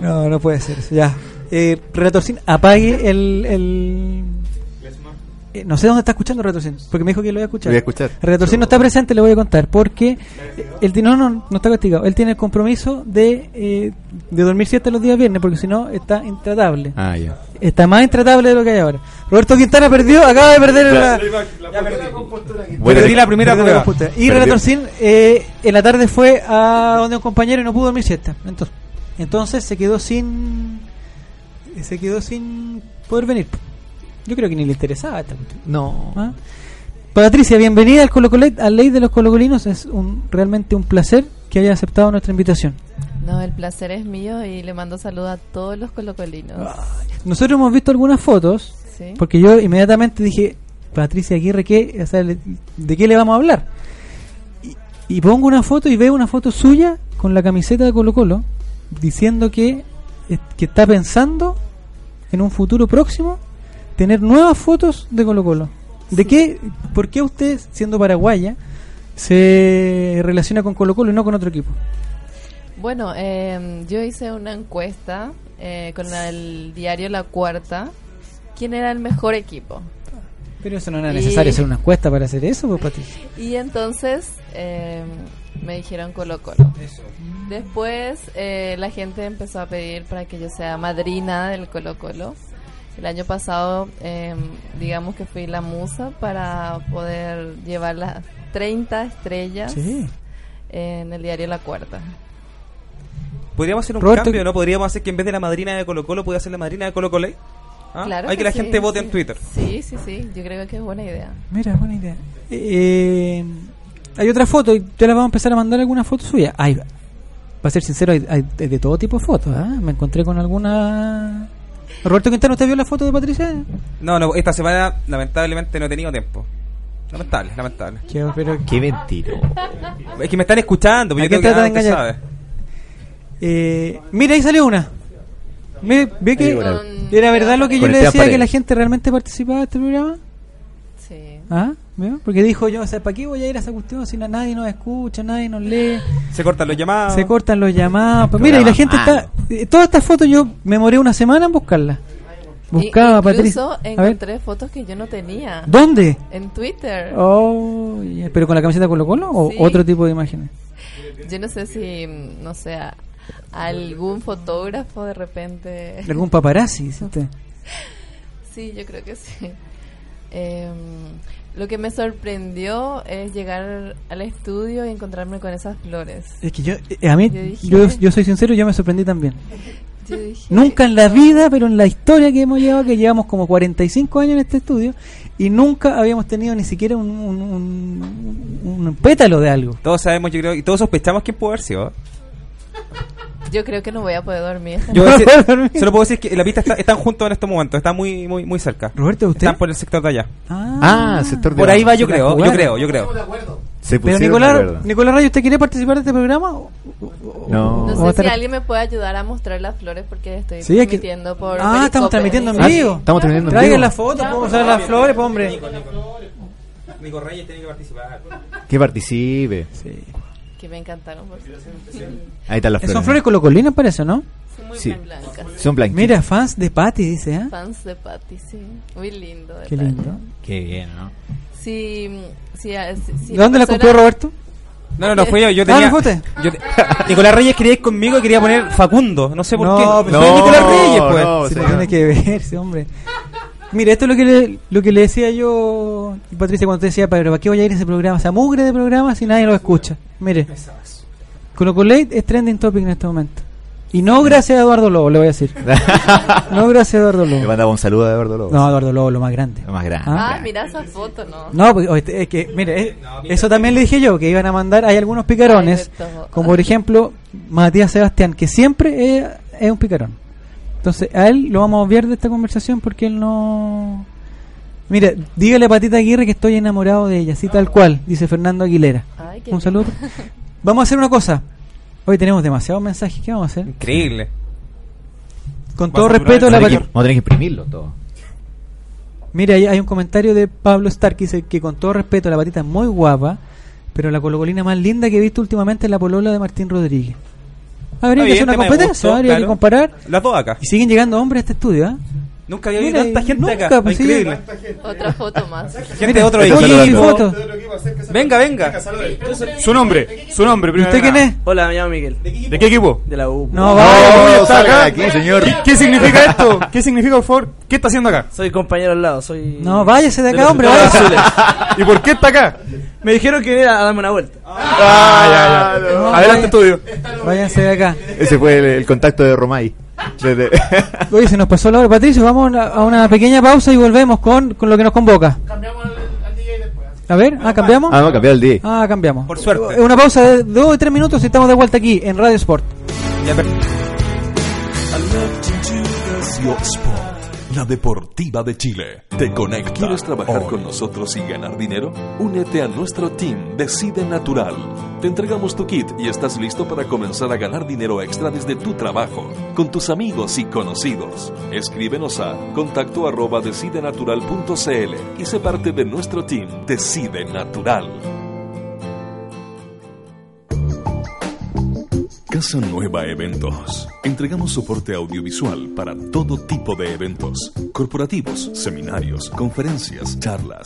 No, no puede ser eso, ya. Eh, Retorcín, apague el, el- Eh, no sé dónde está escuchando Retorcín, porque me dijo que lo iba a escuchar.
Lo voy a escuchar.
Retorcín no está presente, le voy a contar, porque él tiene, no, no, no está castigado, él tiene el compromiso de, eh, de dormir siesta los días viernes, porque si no está intratable.
Ah, ya.
Está más intratable de lo que hay ahora. Roberto Quintana perdió, acaba de perder la,
Bueno,
Perdí la primera
perdió
prueba.
la compostura. Y
Perdió.
Relatorcín eh, en la tarde fue a donde un compañero y no pudo dormir siesta. Entonces, entonces se quedó sin se quedó sin poder venir. Yo creo que ni le interesaba esta cuestión,
No.
¿ah? Patricia, bienvenida al Colo a Ley de los Colocolinos. Es un, realmente un placer que haya aceptado nuestra invitación.
No, el placer es mío y le mando saludos a todos los colocolinos.
Nosotros hemos visto algunas fotos
¿Sí?
Porque yo inmediatamente dije, Patricia Aguirre, ¿qué, O sea, le- ¿de qué le vamos a hablar? Y, y pongo una foto y veo una foto suya con la camiseta de Colo Colo, diciendo que, eh, que está pensando en un futuro próximo tener nuevas fotos de Colo Colo. ¿De qué? ¿Por qué usted, siendo paraguaya, se relaciona con Colo Colo y no con otro equipo?
Bueno, eh, yo hice una encuesta eh, con el diario La Cuarta. ¿Quién era el mejor equipo?
Pero eso no era
Y-
necesario hacer una encuesta para hacer eso, pues, Patricia.
Y entonces eh, me dijeron Colo Colo. Después eh, la gente empezó a pedir para que yo sea madrina del Colo Colo. El año pasado, eh, digamos que fui la musa para poder llevar las 30 estrellas
Sí.
en el diario La Cuarta.
Podríamos hacer un
Roberto-
cambio, ¿no? Podríamos hacer que en vez de la madrina de Colo Colo, pudiera ser la madrina de Colo Colo. ¿Ah?
Claro
Hay que, la
sí,
gente vote
sí.
en Twitter.
Sí, sí, sí. Yo creo que es buena idea.
Mira, buena idea. Eh, hay otra foto, y ya les vamos a empezar a mandar alguna foto suya. Ay, para ser sincero, hay, hay de de todo tipo de fotos. ¿ah? Me encontré con alguna. Roberto Quintana, ¿usted vio la foto de Patricia?
No, no, esta semana lamentablemente no he tenido tiempo. Lamentable, lamentable.
Qué- pero-
Qué mentiro.
Es que me están escuchando, pero
¿A
yo
quién
creo que
tratan de
antes
engañar?
sabe.
eh, mira, ahí salió una. Me- ¿Ve que
Ahí, bueno.
era verdad lo que yo
Con este Esteban
le decía que
Paredes.
la gente realmente participaba de este programa?
Sí.
¿Ah? ¿Veo? Porque dijo yo, o sea, ¿para qué voy a ir a esa cuestión si na- nadie nos escucha, nadie nos lee?
Se cortan los llamados.
Se cortan los llamados. Pues mira, y la gente está.
ah.
eh, Todas estas fotos yo me moré una semana en buscarlas. Buscaba,
Y-
Patricia.
Incluso
A ver,
encontré fotos que yo no tenía
¿Dónde?
en Twitter.
Oh, ya, ¿Pero con la camiseta Colo Colo o
Sí.
otro tipo de imágenes?
Yo no sé si, mm, no sé, a- algún fotógrafo de repente.
¿De ¿Algún paparazzi? dice usted?
Sí, yo creo que sí. Em, lo que me sorprendió es llegar al estudio y encontrarme con esas flores.
Es que yo, eh, a mí,
Yo dije-
yo, yo soy sincero, yo me sorprendí también.
Yo dije,
Nunca en la vida, pero en la historia que hemos llevado, que llevamos como 45 años en este estudio, y nunca habíamos tenido ni siquiera un, un- un- un- un pétalo de algo.
Todos sabemos, yo creo, y todos sospechamos quién puede haber sido. ¿eh?
yo creo que no voy a poder dormir. esta
Yo
No
decir-
puedo dormir.
solo puedo decir que la pista está, están juntos en estos momentos, están muy, muy, muy cerca.
Roberto, ¿usted?
Están por el sector de allá.
Ah, sector de
Por ahí va, yo
Se la
creo, yo
jugaron.
creo, yo creo.
Se
Pero
pusieron de
Nicolás,
acuerdo.
Nicolás Rayo, ¿usted quiere participar de este programa? O- o- o-
No.
noche.
o va a
No sé
estar-
si alguien me puede ayudar a mostrar las flores porque estoy
Sí, es que-
transmitiendo
Ah,
por.
estamos
Periscope.
transmitiendo en
Ah,
vivo.
estamos transmitiendo en
Traigan
vivo.
las fotos, podemos usar las flores, pues, hombre.
Nico Reyes tiene que participar.
Que participe.
Que me encantaron, por cierto.
Ahí están las flores.
Son flores colocolinas, parece, ¿no?
Son muy
Sí.
blancas.
Son blanquitas.
Mira, fans de Patty, dice, ¿ah?
Fans de Patty, sí. Muy lindo.
Qué
detalle.
lindo.
Qué bien, ¿no?
Sí, mm, sí, ah, sí, sí,
¿Dónde la
persona-
compró Roberto?
No, no, no fue yo. Yo
Ah,
tenía.
¿no fue usted?
yo te- Nicolás Reyes quería ir conmigo y quería poner Facundo. No sé por
No,
qué.
pero-
Soy
No,
Nicolás Reyes, pues.
no,
Se
sí.
tiene que ver, sí, hombre. Mira, esto es lo que le, lo que le decía yo, Patricia, cuando te decía, pero ¿para qué voy a ir a ese programa? Esa mugre de programa si nadie lo escucha. Mire, Colocolate es trending topic en este momento. Y no gracias a Eduardo Lobo, le voy a decir. No gracias a Eduardo
Le
Lobo.
mandaba un saludo a Eduardo Lobo.
No, Eduardo Lobo, lo más grande.
Lo más grande.
Ah.
Ah,
grande.
mira esa foto, ¿no?
No, porque, oye, es que, mire, es- eso también le dije yo, que iban a mandar, hay algunos picarones,
Ay, Berto.
como por ejemplo Matías Sebastián, que siempre eh, es, un picarón. Entonces, a él lo vamos a obviar de esta conversación porque él no... Mire, dígale a Patita Aguirre que estoy enamorado de ella, así tal cual, dice Fernando Aguilera.
Ay, qué
Un saludo. Vamos a hacer una cosa. Hoy tenemos demasiados mensajes, ¿qué vamos a hacer?
Increíble.
Con todo
a durar
respeto a
Vamos a
la
el
tener que-
Patita...
vamos a tener que imprimirlo todo.
Mira, ahí hay un comentario de Pablo Stark que dice que con todo respeto la patita es muy guapa, pero la colocolina más linda que he visto últimamente es la polola de Martín Rodríguez.
Está
Habría que
bien,
hacer una
tema de
competencia,
gusto,
habría que
claro.
comparar.
Las dos acá.
Y siguen llegando hombres a este estudio, ¿ah?
Nunca había visto
Mira,
tanta gente
nunca,
acá.
pues, sí.
Increíble.
Otra foto más.
Gente
Mira,
de otro
foto
equipo.
y foto.
Venga, venga.
Su nombre, su nombre.
¿Y
primero
usted
que
quién
nada.
es?
Hola, me llamo Miguel,
¿De qué equipo?
de la U.
No, va.
No, salga de aquí, señor.
¿Qué, qué significa esto? ¿Qué significa, por favor? ¿Qué está haciendo acá?
Soy compañero al lado, soy...
No, váyase de acá,
los
hombre,
Estados
váyase.
Azules.
¿Y por qué está acá?
Me dijeron que viniera a darme una vuelta.
Ah, ya, ya.
No,
Adelante,
vaya-
estudio.
Váyanse de acá.
Ese fue el, el contacto de Romay. Desde-
Oye, se nos pasó la hora, Patricio. Vamos a una- a una pequeña pausa y volvemos con, con lo que nos convoca. Cambiamos al, DJ después. A ver, ah, cambiamos.
ah, no, cambió el día.
Ah, cambiamos.
Por suerte.
Eh, Una pausa de dos o tres minutos y estamos de vuelta aquí en Radio Sport.
Ya, per-
Espacio Sport, la deportiva de Chile. Te conecta. ¿Quieres trabajar con nosotros y ganar dinero? Únete a nuestro team Decide Natural. Te entregamos tu kit y estás listo para comenzar a ganar dinero extra desde tu trabajo, con tus amigos y conocidos. Escríbenos a contacto arroba decidenatural.cl y sé parte de nuestro team Decide Natural. Casa Nueva Eventos. Entregamos soporte audiovisual para todo tipo de eventos. Corporativos, seminarios, conferencias, charlas,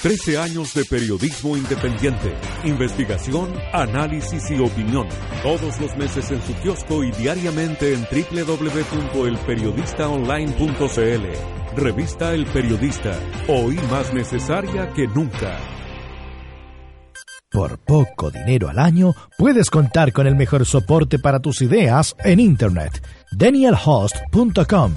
Trece años de periodismo independiente, investigación, análisis y opinión. Todos los meses en su kiosco y diariamente en www.elperiodistaonline.cl. Revista El Periodista, hoy más necesaria que nunca.
Por poco dinero al año, puedes contar con el mejor soporte para tus ideas en Internet. DanielHost.com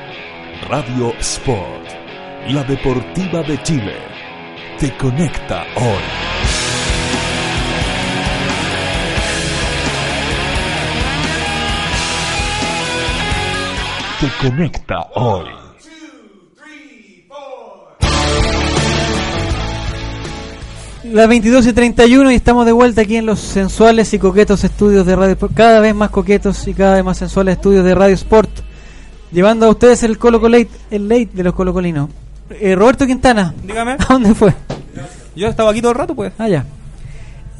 Radio Sport, la deportiva de Chile, te conecta hoy. Te conecta hoy.
Las 22 y 31 y estamos de vuelta aquí en los sensuales y coquetos estudios de Radio Sport. Cada vez más coquetos y cada vez más sensuales estudios de Radio Sport. Llevando a ustedes el Colo Colate, el late de los colocolinos. Eh, Roberto Quintana.
Dígame.
¿A dónde fue?
Yo estaba aquí todo el rato, pues.
Ah, ya.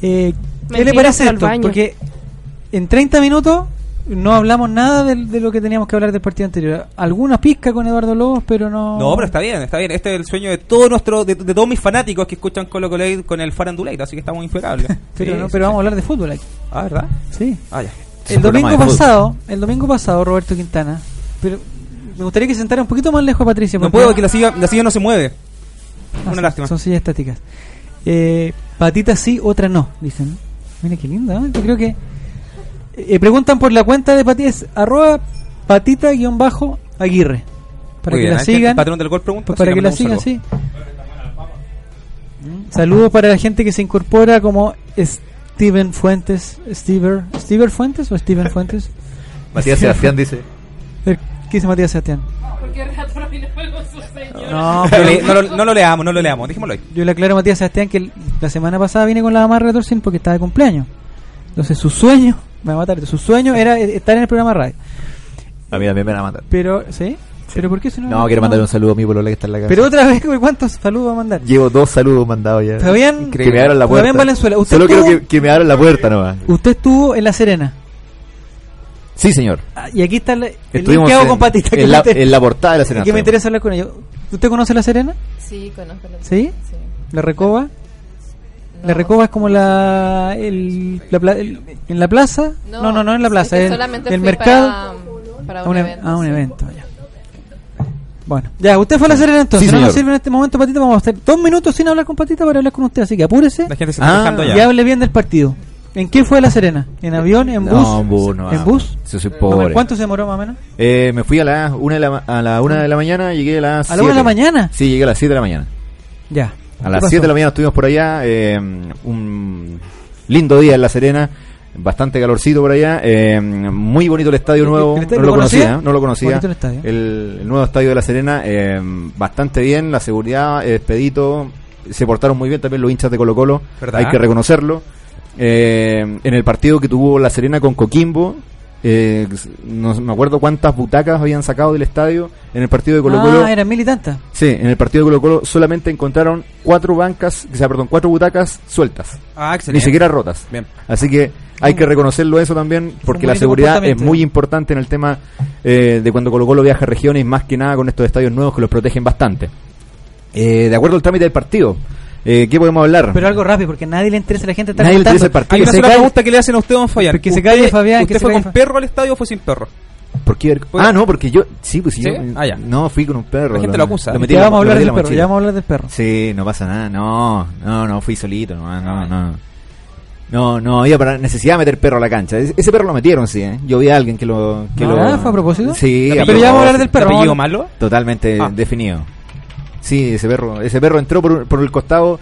Eh, ¿Qué
Mentira,
le parece
fue al
esto?
baño.
Porque en 30 minutos no hablamos nada del- de, lo que teníamos que hablar del partido anterior. Alguna pizca con Eduardo Lobos, pero no.
No, pero está bien, está bien. Este es el sueño de todos nuestros, de, de todos mis fanáticos que escuchan Colo Colo con el Farandulate, así que estamos impecables.
Pero,
Sí,
no,
sí,
pero
sí.
vamos a hablar de fútbol aquí.
Ah, ¿verdad?
Sí.
Ah, ya.
El domingo pasado, el domingo pasado, Roberto Quintana. Pero me gustaría que se sentara un poquito más lejos a Patricia.
No
porque-
puedo, que la silla, la silla no se mueve.
Ah,
Una
son-
lástima.
Son sillas estáticas. Eh, patitas sí, otra no, dicen. Mira qué linda. ¿eh? Yo creo que. eh, preguntan por la cuenta de patitas, arroba patita-aguirre. Para
Muy
que
bien,
la
ahí está el
sigan.
patrón del gol, pregunta,
Pues
así
para
que
que
le
la sigan,
mandamos
sí. Mm, Saludos para la gente que se incorpora como Steven Fuentes. Stever, ¿Stever Fuentes o Steven Fuentes?
Matías Sebastián dice.
Eh, ¿Qué dice Matías Sebastián?
Porque Renato Arruinó con su señora.
No,
No
pero-
le- no lo- no lo leamos, no lo leamos, dejémoslo ahí.
Yo le aclaro a Matías Sebastián que el- la semana pasada vine con la mamá de Retorcín porque estaba de cumpleaños. Entonces su sueño, me va a matar, su sueño era eh, estar en el programa de radio.
A mí también me la mandan.
Pero, ¿sí? ¿Pero por qué eso no?
No, quiero mandarle un saludo a mi polola que está en la casa.
Pero otra vez, ¿cuántos saludos va a mandar?
Llevo dos saludos mandados ya.
Fabián-
que me abran la puerta.
Fabián Valenzuela, ¿usted
Solo quiero
tuvo-
que, que me abran la puerta nomás.
Usted estuvo en La Serena.
Sí, señor.
Ah, Y aquí está el, el link
Estuvimos
que hago
en-
con Patita.
en
que
la-
me inter-
en la portada de La Serena
Que me
estuvimos.
interesa hablar con ellos. ¿Usted conoce La Serena?
Sí, conozco la
¿Sí? ¿La Recoba? La Recoba es como la, el- la pla- el- en la plaza. No, no, no, en la plaza.
es que
en-
solamente
en el
fui
mercado.
para- para
A
un
un, ev-
evento,
a un
sí.
evento, ya. Bueno, ya, usted fue a la Serena entonces.
Sí,
no nos
señor.
sirve en este momento, Patita. Vamos a estar dos minutos sin hablar con Patita para hablar con usted. Así que apúrese.
La gente se está Ah. quejando ya.
Y hable bien del partido. ¿En qué fue la Serena? ¿En avión? ¿En bus?
No, en bus, no.
¿En
ah,
bus?
Yo soy
Mamá,
pobre.
¿Cuánto se demoró más o menos?
Eh, me fui a la una de la, ma- a la una de la mañana, llegué a las
¿A la una de la
siete.
mañana?
Sí, llegué a las 7 de la mañana.
Ya.
A
¿Qué pasó?
las 7 de la mañana estuvimos por allá, eh, un lindo día en La Serena, bastante calorcito por allá, eh, muy bonito el estadio nuevo,
el estadio
no lo
lo conocía?
conocía, no lo conocía,
Bonito el estadio.
El- el nuevo estadio de La Serena, eh, bastante bien, la seguridad, el expedito, se portaron muy bien también los hinchas de Colo Colo,
¿Verdad?
hay que reconocerlo, Eh, en el partido que tuvo La Serena con Coquimbo, eh, no me acuerdo cuántas butacas habían sacado del estadio, en el partido de Colo Colo...
Ah, eran mil y tantas.
Sí, en el partido de Colo Colo solamente encontraron cuatro bancas, o sea, perdón, cuatro butacas sueltas.
Ah,
Ni
excelente.
siquiera rotas.
Bien.
Así que hay que reconocerlo eso también, porque
un
la
bonito
seguridad es
comportamiento.
muy importante en el tema eh, de cuando Colo Colo viaja a regiones, más que nada con estos estadios nuevos que los protegen bastante. Eh, de acuerdo al trámite del partido, eh, ¿qué podemos hablar?
Pero algo rápido, porque nadie le interesa a la gente. Está
Nadie le
contando.
interesa el partido.
Hay una
Que se
sola
calle-
pregunta que le hacen a usted, don Fabián.
Que se
¿Usted-
calle, Fabián, que
¿Usted
se
fue
calle,
con
Fa-
perro al estadio o fue sin perro?
¿Por qué? Ah, no, porque yo... Sí, pues sí,
¿Sí?
yo
Ah, ya.
no fui con un perro.
La gente lo acusa.
metí
Ya
en la-
vamos a hablar
metí en
del
la
perro,
mochila.
ya vamos a hablar del perro.
Sí, no pasa nada. No, no, no, fui solito. No, no, no. No, no, había para necesidad de meter perro a la cancha. E-, Ese ese perro lo metieron, sí, ¿eh? Yo vi a alguien que lo... Que
Ah,
lo...
¿fue a propósito?
Sí.
Pero ya vamos a hablar del perro, ¿De apellido
malo?
Totalmente
Ah.
definido. Sí, ese perro, ese perro entró por, por el costado,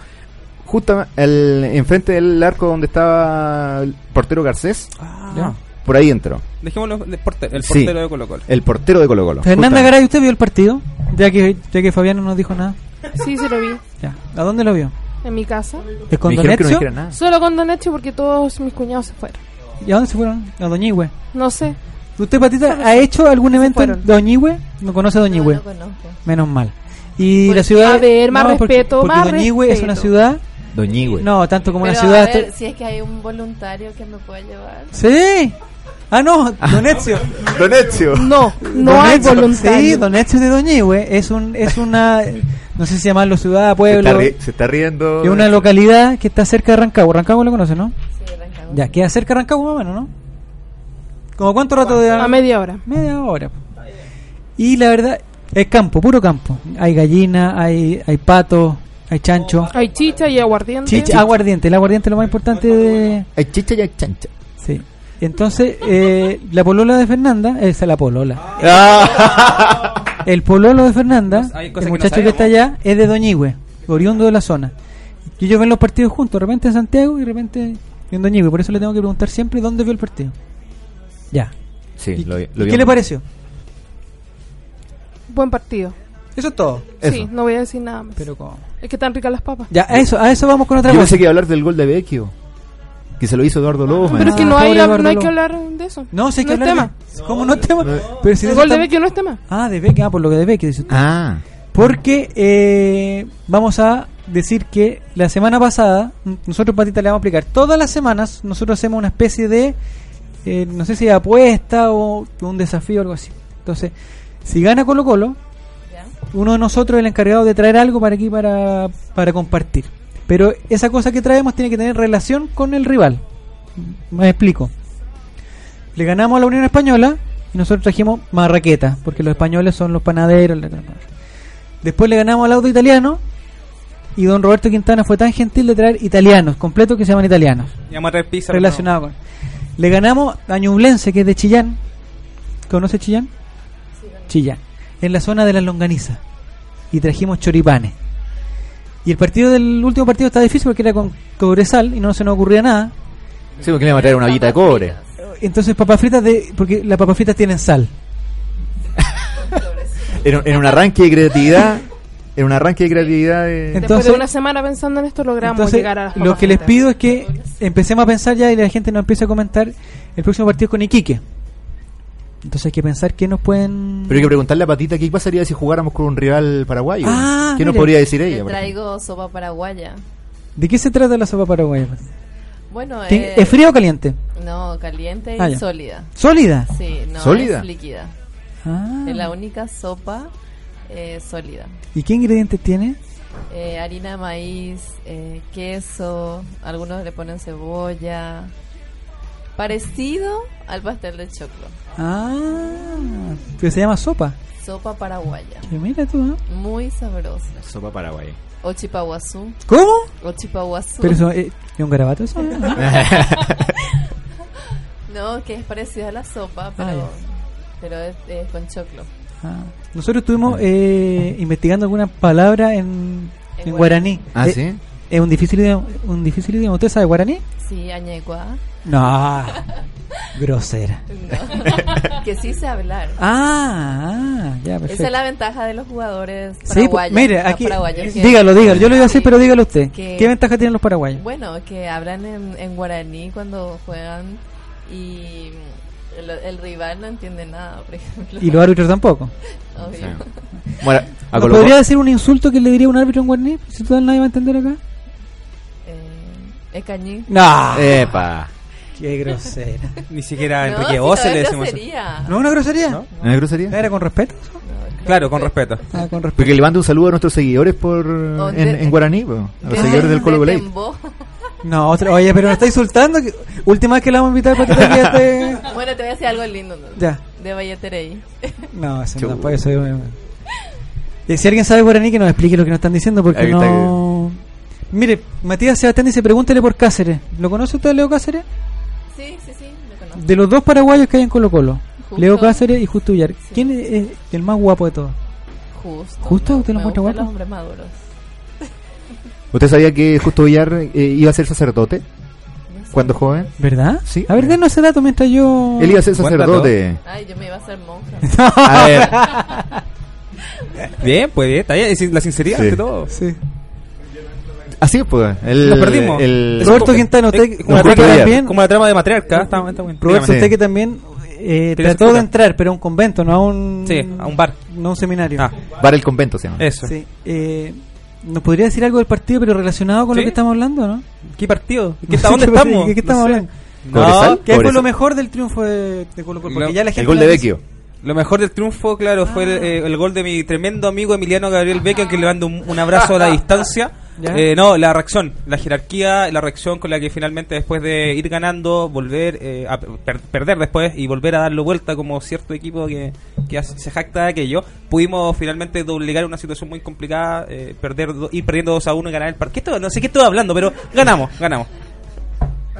justo el, enfrente del arco donde estaba el portero Garcés.
Ah.
Ya.
Por ahí entró.
Dejémoslo del portero, el
Sí.
portero de Colo
Eh,
Colo.
El portero de Colo Colo.
Fernanda Garay, ¿usted vio el partido? Ya que, ya que Fabián no nos dijo nada.
Sí, se lo vi.
Ya. ¿A dónde lo vio?
En mi casa.
pues. ¿Es con ah.
Me dijeron que no
Donetio?
dijera nada.
Solo con Donecho porque todos mis cuñados se fueron.
¿Y a dónde se fueron? A Doñigüe.
No sé.
¿Usted, Patita, ha hecho algüe? algún evento en Doñigüe? ¿No conoce Doñigüe?
no conozco.
Menos mal. Y la ciudad...
a ver, más
porque-
respeto,
porque
más
Doñigüe es una
respeto.
ciudad...
Doñigüe.
No, tanto como
Pero
una ciudad...
a ver
estoy-
si es que hay un voluntario que me pueda llevar.
¡Sí! Ah, no, Donetio.
Donetio.
No, no hay voluntario.
Sí, Donetio de Doñigüe es, un, es una... No sé si llamarlo ciudad,
Se está,
pueblo...
ri- se está riendo.
Es una localidad que está cerca de Rancagua. Rancagua lo conoce, ¿no? Sí, Rancagua. Ya, queda cerca de Rancagua más o menos, ¿no? ¿Como cuánto rato de.?
A media hora.
Media hora. Y la verdad, es campo, puro campo. Hay gallina, hay, hay pato, hay chancho.
Hay chicha y aguardiente.
Chicha, Ah, aguardiente. El aguardiente es lo más importante de.
Hay chicha y hay chancha.
Sí.
Ah.
Entonces, eh, la polola de Fernanda, esa es la polola. El pololo de Fernanda,
Pues Hay
el
cosas que no
muchacho que,
sabemos.
está allá, es de Doñigüe, oriundo de la zona. Y ellos ven los partidos juntos, de repente en Santiago y de repente en Doñigüe. Por eso le tengo que preguntar siempre dónde vio el partido. Ya.
Sí, lo vi- lo
¿Y
vi
¿Qué le
en-
pareció?
Buen partido.
Eso es todo.
Sí,
Eso.
no voy a decir nada más.
Pero
Es que están ricas las papas.
Ya, a eso, a eso vamos con otra
Yo
cosa.
pensé que iba a hablar del gol de Vecchio. Que se lo hizo Eduardo López. Ah.
Pero es que no hay,
pobre Eduardo
no hay que
López.
hablar de eso.
No, sí hay que
es
hablar
tema.
de- ¿Cómo no es tema? Pero si
el
eso
gol de
está-
Vecchio no es tema.
Ah, de Beck, ah, por lo que de Beck dices tú.
Ah.
Porque eh, vamos a decir que la semana pasada, n- nosotros Patita le vamos a aplicar, todas las semanas nosotros hacemos una especie de, eh, no sé si apuesta o un desafío o algo así. Entonces, si gana Colo Colo, uno de nosotros es el encargado de traer algo para aquí para, para compartir. Pero esa cosa que traemos tiene que tener relación con el rival. Me explico. Le ganamos a la Unión Española y nosotros trajimos marraqueta, porque los españoles son los panaderos. la- la- la- Después le ganamos al auto italiano y don Roberto Quintana fue tan gentil de traer italianos, completos que se llaman italianos,
Y vamos a traer pizza.
relacionados con... Le ganamos a Ñublense, que es de Chillán. ¿Conoce Chillán? Chillán. En la zona de las longanizas. Y trajimos choripanes. Y el partido del último partido está difícil porque era con Cobresal y no se nos ocurría nada.
Sí, porque le iba a traer una villita de cobre.
Entonces papas fritas de porque las papas fritas tienen sal.
En, en un arranque de creatividad. En un arranque de creatividad. eh. de-
Después de una semana pensando en esto logramos
Entonces,
llegar a las
lo
papas
que les
fritas.
pido es que empecemos a pensar ya y la gente nos empiece a comentar el próximo partido es con Iquique. Entonces hay que pensar que nos pueden
Pero hay que preguntarle a Patita qué pasaría si jugáramos con un rival paraguayo.
Ah,
¿Qué nos
mira.
podría decir
Te
ella? por ejemplo?
traigo sopa paraguaya.
¿De qué se trata la sopa paraguaya?
Bueno,
¿Qué-
eh,
¿Es fría o caliente?
No, caliente y
Ah, ya.
sólida.
¿Sólida?
Sí, no,
¿Sólida?
es líquida.
Ah.
Es la única sopa eh, sólida.
¿Y qué ingredientes tiene?
Eh, harina de maíz, eh, queso, algunos le ponen cebolla. Parecido al pastel de choclo.
Ah, que se llama sopa.
Sopa paraguaya.
Que mira tú, ¿no?
Muy sabrosa.
Sopa paraguaya.
Ochipaguazú.
¿Cómo?
Ochipaguazú.
Pero eso, eh, ¿es un garabato eso?
no, que es parecida a la sopa,
Ah,
pero,
ya.
pero es, es con choclo.
Ah. Nosotros estuvimos eh, investigando alguna palabra en,
En
en guaraní.
guaraní. Ah,
Eh,
¿sí?
Es un difícil idioma. Un difícil idioma. ¿Usted sabe guaraní?
Sí, añegua.
No. grosera.
No. que sí sé hablar.
Ah, ah, ya, perfecto.
Esa es la ventaja de los jugadores
Sí,
paraguayos.
pues, mire,
los
aquí,
paraguayos que-
dígalo, dígalo. Yo lo iba a decir, pero dígalo usted.
Que-
¿Qué ventaja tienen los paraguayos?
Bueno, que hablan en, en guaraní cuando juegan y el, el rival no entiende nada, por ejemplo.
Y los árbitros tampoco.
Obvio.
Bueno, a
¿Nos
Colo-
¿Podría decir un insulto que le diría un árbitro en guaraní? Si todavía nadie va a entender acá.
Es cañí.
No.
Epa.
Qué grosera.
Ni siquiera a
No,
Enrique
si
Bose
no
le
es
decimos eso.
grosería.
¿No es una grosería?
¿No?
¿No es grosería?
¿Era con respeto?
Claro, con respeto.
Ah, con respeto.
Porque le mando un saludo a nuestros seguidores por en,
de-
en guaraní, po, a los
de-
seguidores del Colo Colo.
No, otra, oye, pero nos está insultando. que- última vez que la vamos a invitar para que te aquí a este-
Bueno, te voy a decir algo lindo. ¿no?
Ya.
De Vallaterey.
No, eso no, tampoco, eso es un- Eh, Si alguien sabe guaraní, que nos explique lo que nos están diciendo, porque
Ahí está
no... Mire, Matías Sebastián dice, pregúntele por Cáceres. ¿Lo conoce usted, Leo Cáceres?
Sí, sí, sí, me conozco.
De los dos paraguayos que hay en Colo Colo.
Justo.
Leo Cáceres y Justo Villar. ¿Quién es eh, el más guapo de todos?
Justo.
¿Justo?
me-
¿Usted lo
me
encuentra
gustan
guapo?
los hombres maduros.
¿Usted sabía que Justo Villar eh, iba a ser sacerdote cuando joven?
¿Verdad?
Sí.
A ver, denos ese dato mientras yo...
Él iba a ser sacerdote.
Ay, yo me iba a hacer monja.
A
Ah, eh. Bien, pues bien, está bien. es sin- La sinceridad
Sí.
ante todo.
Sí.
Así es, pues. El,
Lo perdimos.
el-
Es
Roberto
como-
Quintana, usted-
es como, la
Roberto
trama,
Villar.
también, como la trama de matriarca. Está, está bueno.
Roberto,
Dígame.
usted que también eh,
Tenía
trató
su puta.
de entrar, pero a un convento, no a un...
Sí, a un bar. Ah.
No a un seminario.
Bar el convento se llama.
Eso.
Sí. Eh, ¿Nos podría decir algo del partido, pero relacionado con lo
Sí.
que estamos hablando, no?
¿Qué partido? ¿Qué,
No sé
está- ¿Dónde
qué-
estamos?
¿Qué, qué estamos
No sé.
hablando?
¿Cobresal?
¿Qué fue
Cobresal.
lo mejor del triunfo de, de Colo Colo? Porque ya la gente
gol de
la- Ah.
Vecchio.
Lo mejor del triunfo, claro, fue el, eh, el gol de mi tremendo amigo Emiliano Gabriel Vecchio, que le mando un, un abrazo a la distancia.
Ya.
Eh, no, la reacción, la jerarquía, la reacción con la que finalmente después de ir ganando, volver eh, a per- perder después y volver a darlo vuelta como cierto equipo que, que hace- se jacta de aquello, pudimos finalmente doblegar una situación muy complicada, eh, perder do- ir perdiendo 2 a 1 y ganar el partido. No sé qué estoy hablando, pero ganamos, ganamos.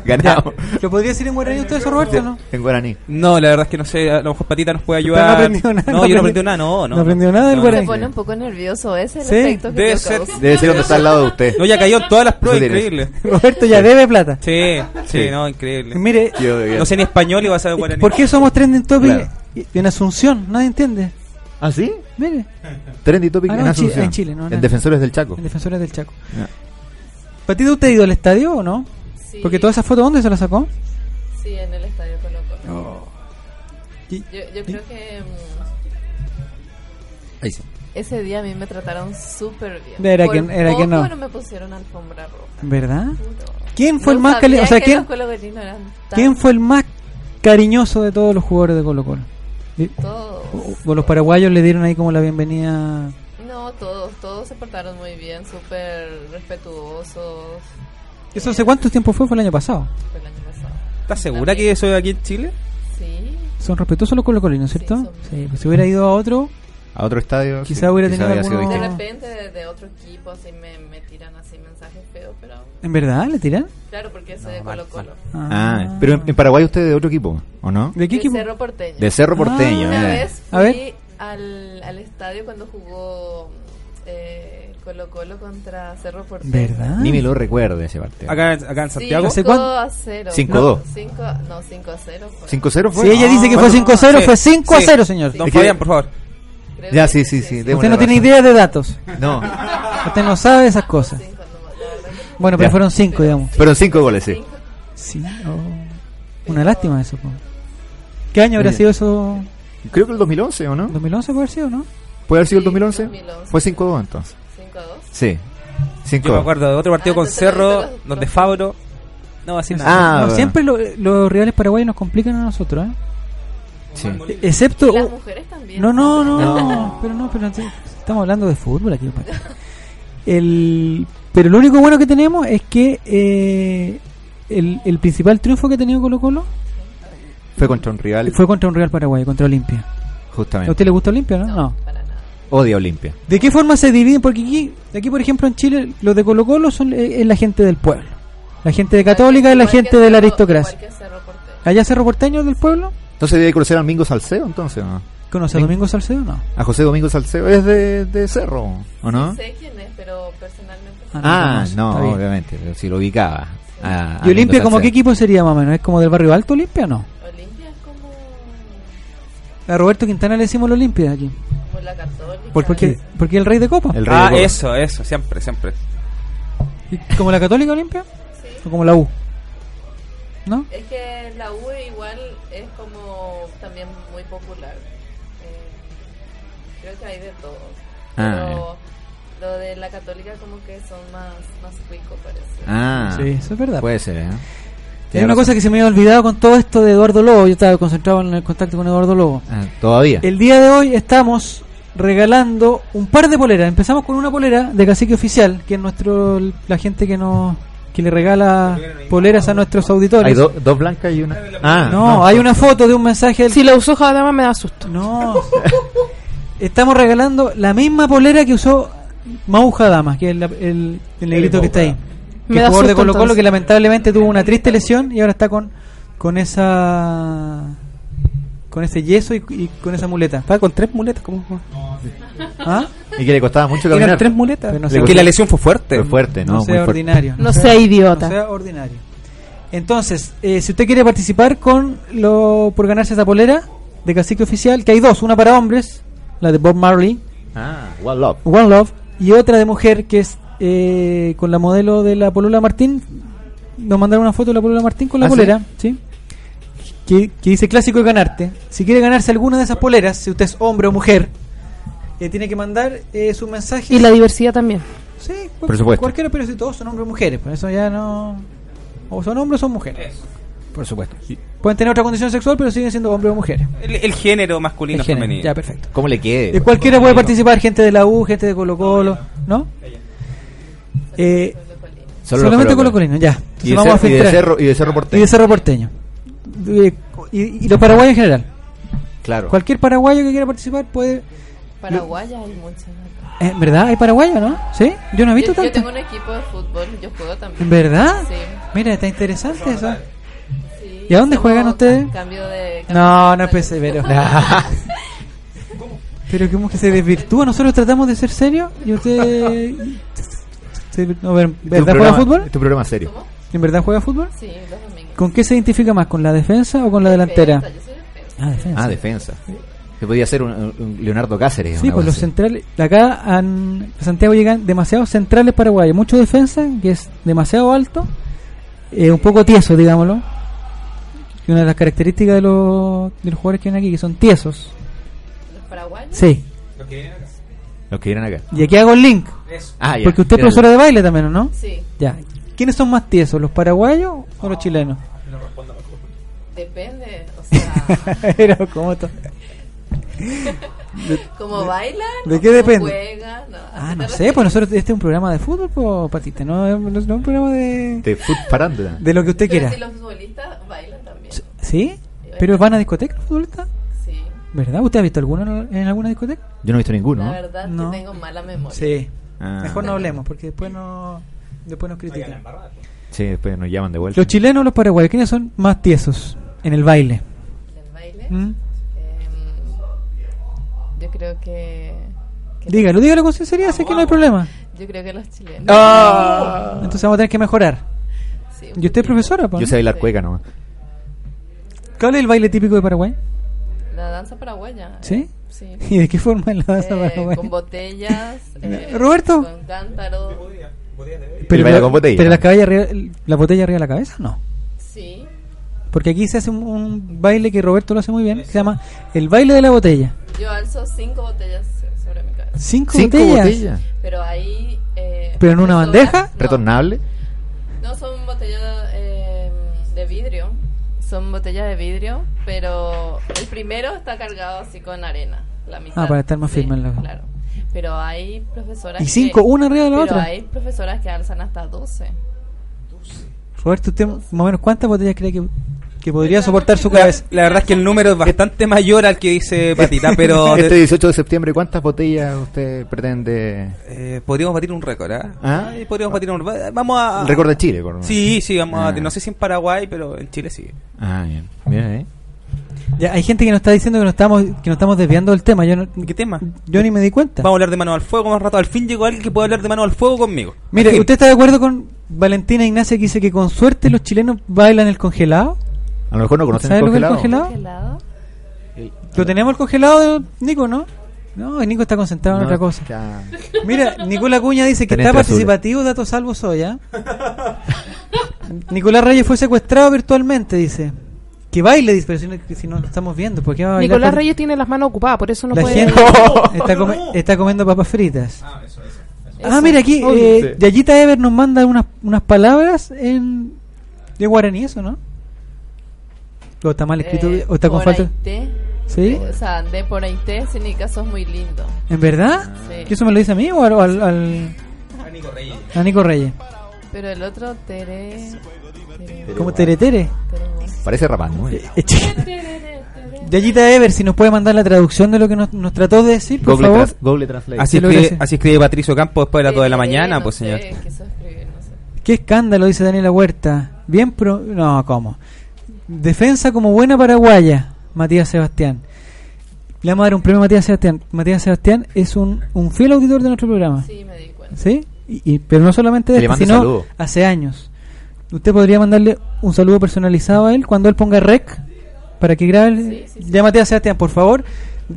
Ganamos.
¿Lo podría decir en guaraní usted eso, Roberto, o no?
En guaraní.
No, la verdad es que no sé, a lo mejor Patita nos puede
Pero
ayudar.
no aprendió
No,
nada,
yo
no
no
aprendió-
aprendí nada, no, no.
no aprendió nada del
No.
Se pone un poco nervioso, ese es el efecto que
debe
yo
ser.
causo.
Debe ser donde está al lado de usted.
No, ya cayó en todas las pruebas,
Eso tiene.
increíble.
Roberto ya debe plata.
Sí, sí, no, increíble.
Mire-
no sé ni español y vas a saber guaraní.
¿Por qué somos trending topic
Claro.
en Asunción? Nadie entiende.
¿Ah, sí?
Mire.
Trendy Topic
Ah, no,
en
en, Chi-
Asunción.
en Chile, ¿no?
En
no.
Defensores del Chaco.
En Defensores del Chaco.
Ya.
Patito, ¿usted ha ido al estadio o no? Porque toda esa foto, ¿dónde se la sacó?
Sí, en el estadio Colo Colo.
Y-
Yo, yo creo que mm,
Ahí sí.
ese día a mí me trataron súper bien.
Era
Por
que- era que
poco
no.
me pusieron alfombra roja.
¿Verdad? ¿Quién fue
No
el más
sabía
cali- o sea,
que
¿quién-
los colocolinos eran tan-
¿Quién fue el más cariñoso de todos los jugadores de Colo Colo? Y-
Todos.
o- o los paraguayos le dieron ahí como la bienvenida.
No, todos, todos se portaron muy bien, súper respetuosos.
¿Eso hace cuánto tiempo fue? Fue el año pasado.
Fue el año pasado.
¿Estás segura que eso es aquí en Chile?
Sí.
Son respetuosos los colocolinos, ¿cierto? Sí, pues si hubiera ido a otro,
A otro estadio.
Quizá hubiera tenido
había sido
alguno-
De
distinto.
repente de, de otro equipo así me, me tiran así mensajes feos, pero
¿en verdad le tiran?
claro, porque es de Colo Colo.
Ah, pero en, en Paraguay usted es de otro equipo, ¿o no?
¿De Ah,
qué De equipo? Cerro Porteño.
De Cerro Porteño, eh.
Una
mira.
vez
A ver.
fui al, al estadio cuando jugó eh, Colo Colo contra Cerro Porteño.
Ni me lo recuerde ese partido.
Acá, acá en Santiago.
5 a 0.
5-2.
No, 5 no, 5 a 0. Fue.
5-0 fue.
Si ella dice que fue
Ah.
5-0,
Sí,
fue 5
sí.
a 0, señor.
Don Es que- Fabián, por favor. Ya, sí, sí, sí. démosle
Usted no
la
tiene
razón.
idea de datos.
No.
Usted no sabe esas cosas. Bueno, pero
Ya.
fueron 5, digamos.
Fueron 5 goles, sí.
Sí, oh. Una lástima eso. po. ¿Qué año habrá
Oye.
sido eso?
Creo que el 2011, ¿o no?
¿2011 puede haber sido, no?
¿Puede haber sido el 2011? Fue 5-2 entonces.
5-2.
Sí. 5
Yo me acuerdo de otro partido con Cerro, donde Fabro. No, así nada.
Ah,
No,
bueno.
siempre lo- los rivales paraguayos nos complican a nosotros, ¿eh?
Sí.
Excepto.
Las
oh,
mujeres también.
No, no, no,
No.
Pero no, pero antes- estamos hablando de fútbol aquí. Pato. El, pero lo único bueno que tenemos es que eh, el, el principal triunfo que ha tenido Colo Colo
Fue contra un rival.
fue contra un Real Paraguay, contra Olimpia. ¿A
Justamente.
usted le gusta Olimpia, no? No.
Odia Olimpia.
¿De qué forma se dividen? Porque aquí, aquí, por ejemplo, en Chile, los de Colo Colo son eh, es la gente del pueblo. La gente de Católica es la gente de la aristocracia. ¿Allá Cerro Porteño del pueblo?
Entonces debe conocer a Domingo Salcedo, entonces, ¿o ¿no?
¿Conoce a Domingo Salcedo? No.
A José Domingo Salcedo. Es de, de Cerro, ¿o no?
Sé quién es, pero personalmente.
Ah,
Está
no,
bien.
obviamente. Pero si lo ubicaba. Ah, a- a
¿Y Olimpia
Domingo
como
Salcedo.
qué equipo sería más o menos? ¿Es como del barrio alto Olimpia o no?
Olimpia es como,
A Roberto Quintana le decimos el Olimpia aquí.
como la católica.
¿Por, porque, porque el rey de copa.
ah, eso, eso, siempre, siempre.
¿Y ¿Como la Católica Olimpia? ¿O como la U? ¿No?
Es que la U igual es como también muy popular. Eh, creo que hay de todo.
Ah,
Pero lo de la católica como que son más, más ricos parece.
Ah.
Sí, eso es verdad.
Puede ser, ¿eh?
Hay
Tiene
una
razón.
cosa que se me había olvidado con todo esto de Eduardo Lobo. Yo estaba concentrado en el contacto con Eduardo Lobo.
Ah, Todavía.
El día de hoy estamos regalando un par de poleras. Empezamos con una polera de Cacique Oficial, que es nuestro la gente que nos que le regala poleras a nuestros auditores.
Hay do- dos blancas y una. Ah,
no, hay una foto de un mensaje. Si
la usó Jadama me da susto.
No. Estamos regalando la misma polera que usó Mau Damas, que es la- el, el negrito que está ahí. Que
Me
es
da
jugador de Colo
susto,
Colo
entonces.
que lamentablemente tuvo una triste lesión y ahora está con, con esa con ese yeso y, y con esa muleta. Está con tres muletas como ¿Ah?
Y que le costaba mucho caminar.
Eran tres muletas. Pero no
Le
sé.
costó-
Que la lesión
fue fuerte.
Fue fuerte, ¿no?
No sea
Muy fuerte.
ordinario.
No sea idiota.
No sea ordinario. Entonces, eh, si usted quiere participar con lo por ganarse esa polera de cacique oficial, que hay dos, una para hombres, la de Bob Marley,
Ah, One Love.
One Love, y otra de mujer que es eh, con la modelo de la Polula Martín. Nos mandaron una foto de la Polula Martín con la
¿Ah, sí?
polera, ¿sí? Que, que dice clásico de ganarte. Si quiere ganarse alguna de esas poleras, si usted es hombre o mujer, eh, tiene que mandar eh, su mensaje.
Y la diversidad también.
Sí,
Por supuesto.
Cualquiera, pero si todos son hombres o mujeres, por eso ya no. O son hombres o son mujeres.
Por supuesto.
Pueden tener otra condición sexual, pero siguen siendo hombres o mujeres.
El, el género masculino
El género,
femenino.
ya, perfecto.
¿Cómo le quede?
Eh, cualquiera puede participar, gente de la U, gente de Colo Colo, ¿no? Eh,
Solo
solamente
los
Colo
colocolinos.
Colino, ya.
Y
Entonces
de,
vamos a
Cer- y de
filtrar.
cerro, y de cerro
Y
porteño.
de Cerro Porteño. Eh, y, y los paraguayos en general.
Claro.
Cualquier paraguayo que quiera participar puede
Paraguayas hay muchas. acá.
Eh, ¿Verdad? ¿Hay paraguayo, no? ¿Sí? Yo no he visto
yo, yo
tanto.
tengo un equipo de fútbol, yo juego también.
¿En ¿Verdad?
Sí.
Mira, está interesante eso. ¿Y a dónde juegan ustedes?
cambio de-
no, no empecé, pero. pero como que se desvirtúa. Nosotros tratamos de ser serios y usted. se- no, ver- ¿Verdad juega
programa-
fútbol?
Este es tu programa serio. ¿Cómo?
¿En verdad juega fútbol?
Sí, los domingos.
¿Con qué se identifica más? ¿Con la defensa o con la delantera? Ah, defensa.
Ah, defensa. Se podía ser un, un Leonardo Cáceres.
Sí,
una
pues
cosa
los
así.
centrales. Acá han- a Santiago llegan demasiados centrales paraguayos. Mucho defensa, que es demasiado alto. eh, un poco tieso, digámoslo. Y una de las características de los, de los jugadores que vienen aquí, que son tiesos.
¿Los paraguayos?
Sí.
Los que vienen acá.
Y aquí hago el link.
Eso. Ah, ya.
Porque usted es
Era el-
profesora de baile también, ¿o ¿no?
Sí.
Ya. ¿Quiénes son más tiesos, los paraguayos o los chilenos?
Depende, o sea.
Era como to-
¿Cómo baila?
¿De qué depende?
Juega, no.
Ah, no sé, pues nosotros, este es un programa de fútbol, pues, Patita, no, es- no es un programa de...
De fut parándola.
De lo que usted
Pero
quiera.
si los futbolistas bailan también.
¿Sí? ¿Pero van a discoteca los futbolistas?
Sí.
¿Verdad? ¿Usted ha visto alguno en alguna discoteca?
Yo no he visto ninguno.
La
¿no?
verdad
No.
que tengo mala memoria.
Sí.
Ah.
Mejor no hablemos, porque después, no, después nos critican.
Sí, después nos llaman de vuelta.
Los chilenos o los paraguayos, ¿quiénes son más tiesos en el baile?
¿Del baile?
¿Mm?
Em, yo creo que. que-
Dígalo, dígalo con sinceridad, sé que no hay problema.
Yo creo que los chilenos.
Ah. Entonces vamos a tener que mejorar.
Sí.
¿Y usted es profesora? po,
Ah. Yo
no?
sé bailar cueca nomás.
¿Cuál es el baile típico de Paraguay?
La danza paraguaya.
¿Sí?
Sí.
¿Y de qué forma es la danza
Eh,
paraguaya?
Con botellas. eh,
Roberto.
Con cántaros.
El baile
la-
con botella.
pero la, caballa arriba- la botella arriba de la cabeza, no.
Sí.
Porque aquí se hace un, un baile que Roberto lo hace muy bien, que se llama el baile de la botella.
Yo alzo cinco botellas sobre mi cabeza.
¿Cinco, botellas?
Pero ahí. eh,
¿Pero en una
sobra-
bandeja?
no,
¿Retornable?
No son botellas eh, de vidrio, son botellas de vidrio, pero el primero está cargado así con arena, la mitad.
Ah, para estar más
Sí,
firme en la-
Claro. Pero hay profesoras
Y cinco,
que,
una arriba de la
pero
otra.
hay profesoras que alzan hasta 12.
Roberto, ¿usted más o menos cuántas botellas cree que, que podría soportar su cabeza?
La verdad es que el número es bastante mayor al que dice Patita, pero eh,
Este 18 de septiembre, ¿cuántas botellas usted pretende?
eh, podríamos batir un récord, ¿ah?
Ah.
Ay, Podríamos batir un récord. Vamos a...
El récord de Chile, por lo menos.
Sí, sí, vamos
Ah.
a... No sé si en Paraguay, pero en Chile sí.
Ah, bien. Mira, eh.
Ya, hay gente que nos está diciendo que nos estamos, que nos estamos desviando del tema. Yo, no-
¿Qué tema?
yo ni me di cuenta.
Vamos a hablar de mano al fuego más rato. Al fin llegó alguien que puede hablar de mano al fuego conmigo.
Mire, ¿usted está de acuerdo con Valentina Ignacia que dice que con suerte los chilenos bailan el congelado?
A lo mejor no conocen el
¿Sabe lo que es el
congelado.
congelado?
¿Congelado?
¿Lo tenemos el congelado, Nico, no? No, Nico está concentrado en
No,
otra cosa.
ya.
Mira, Nicola Cuña dice que
Tenés
está
tres azules.
participativo, dato salvo soy, ¿ah? Nicolás Reyes fue secuestrado virtualmente, dice. Que baile, dice, pero si no, si no lo estamos viendo, ¿por qué va a bailar?
Nicolás
con-
Reyes tiene las manos ocupadas, por eso no
La
puede.
gente está, come- está comiendo papas fritas. Ah, mira, aquí
Obvio.
eh,
Sí.
Yayita Ever nos manda unas, unas palabras en de guaraní, eso, ¿no? ¿O está mal escrito?
Eh,
Ah, ¿O está con
por
falta?
Aité,
¿Sí?
O sea, de por ahí te significa sos muy lindo.
¿En verdad?
Sí.
¿Que eso me lo dice a mí o al, al- al- a Nico Reyes?
Pero el otro tere. tere-
¿Cómo Tere Tere?
tere-
Parece rapaz, ¿no?
Eh, chica. Yayita Ever, si nos puede mandar la traducción de lo que nos, nos trató de decir, por
Google,
favor.
tras- Google Translate.
Así
Sí, lo
escribe,
gracias.
así escribe Patricio Campo después de las 2 de la
tere-
mañana,
no
pues
sé,
señor.
quiso escribir, no sé.
Qué escándalo, dice Daniela Huerta. Bien pro... No, ¿cómo? Defensa como buena paraguaya, Matías Sebastián. Le vamos a dar un premio a Matías Sebastián. Matías Sebastián es un, un fiel auditor de nuestro programa.
Sí, me di cuenta.
¿Sí? Y, y- pero no solamente de
Que le mande
este, sino
saludo.
hace años. Usted podría mandarle un saludo personalizado a él cuando él ponga rec para que grabe. el- Ya Matías Sebastián, por favor.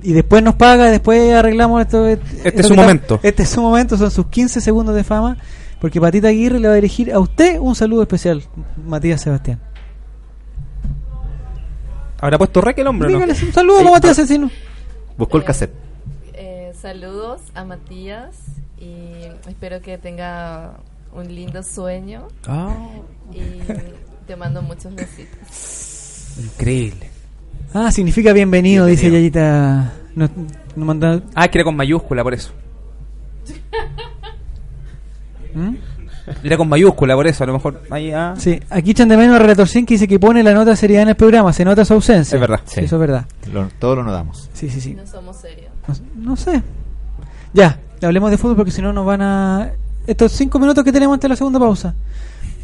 Y después nos paga, después arreglamos esto. Este
es su momento.
Este es su momento, son sus 15 segundos de fama. Porque Patita Aguirre le va a dirigir a usted un saludo especial, Matías Sebastián.
Habrá puesto rec el hombre, o ¿no?
Dígale un saludo a Matías Asesino.
Buscó el cassette.
Eh, saludos a Matías y espero que tenga un lindo sueño
Ah.
y te mando muchos besitos.
Increíble.
Ah, significa bienvenido, dice Yayita. Nos, nos manda-
Ah, es que era con mayúscula, por eso.
¿Mm?
Era con mayúscula, por eso, a lo mejor. Ahí, ah.
Sí, aquí echan de menos a Relatorcín que dice que pone la nota seriedad en el programa, se nota su ausencia.
Es verdad, sí.
Eso es verdad.
Lo- todos lo notamos.
Sí, sí, sí.
No somos serios.
No, no sé. Ya, hablemos de fútbol porque si no nos van a... Estos cinco minutos que tenemos antes de la segunda pausa.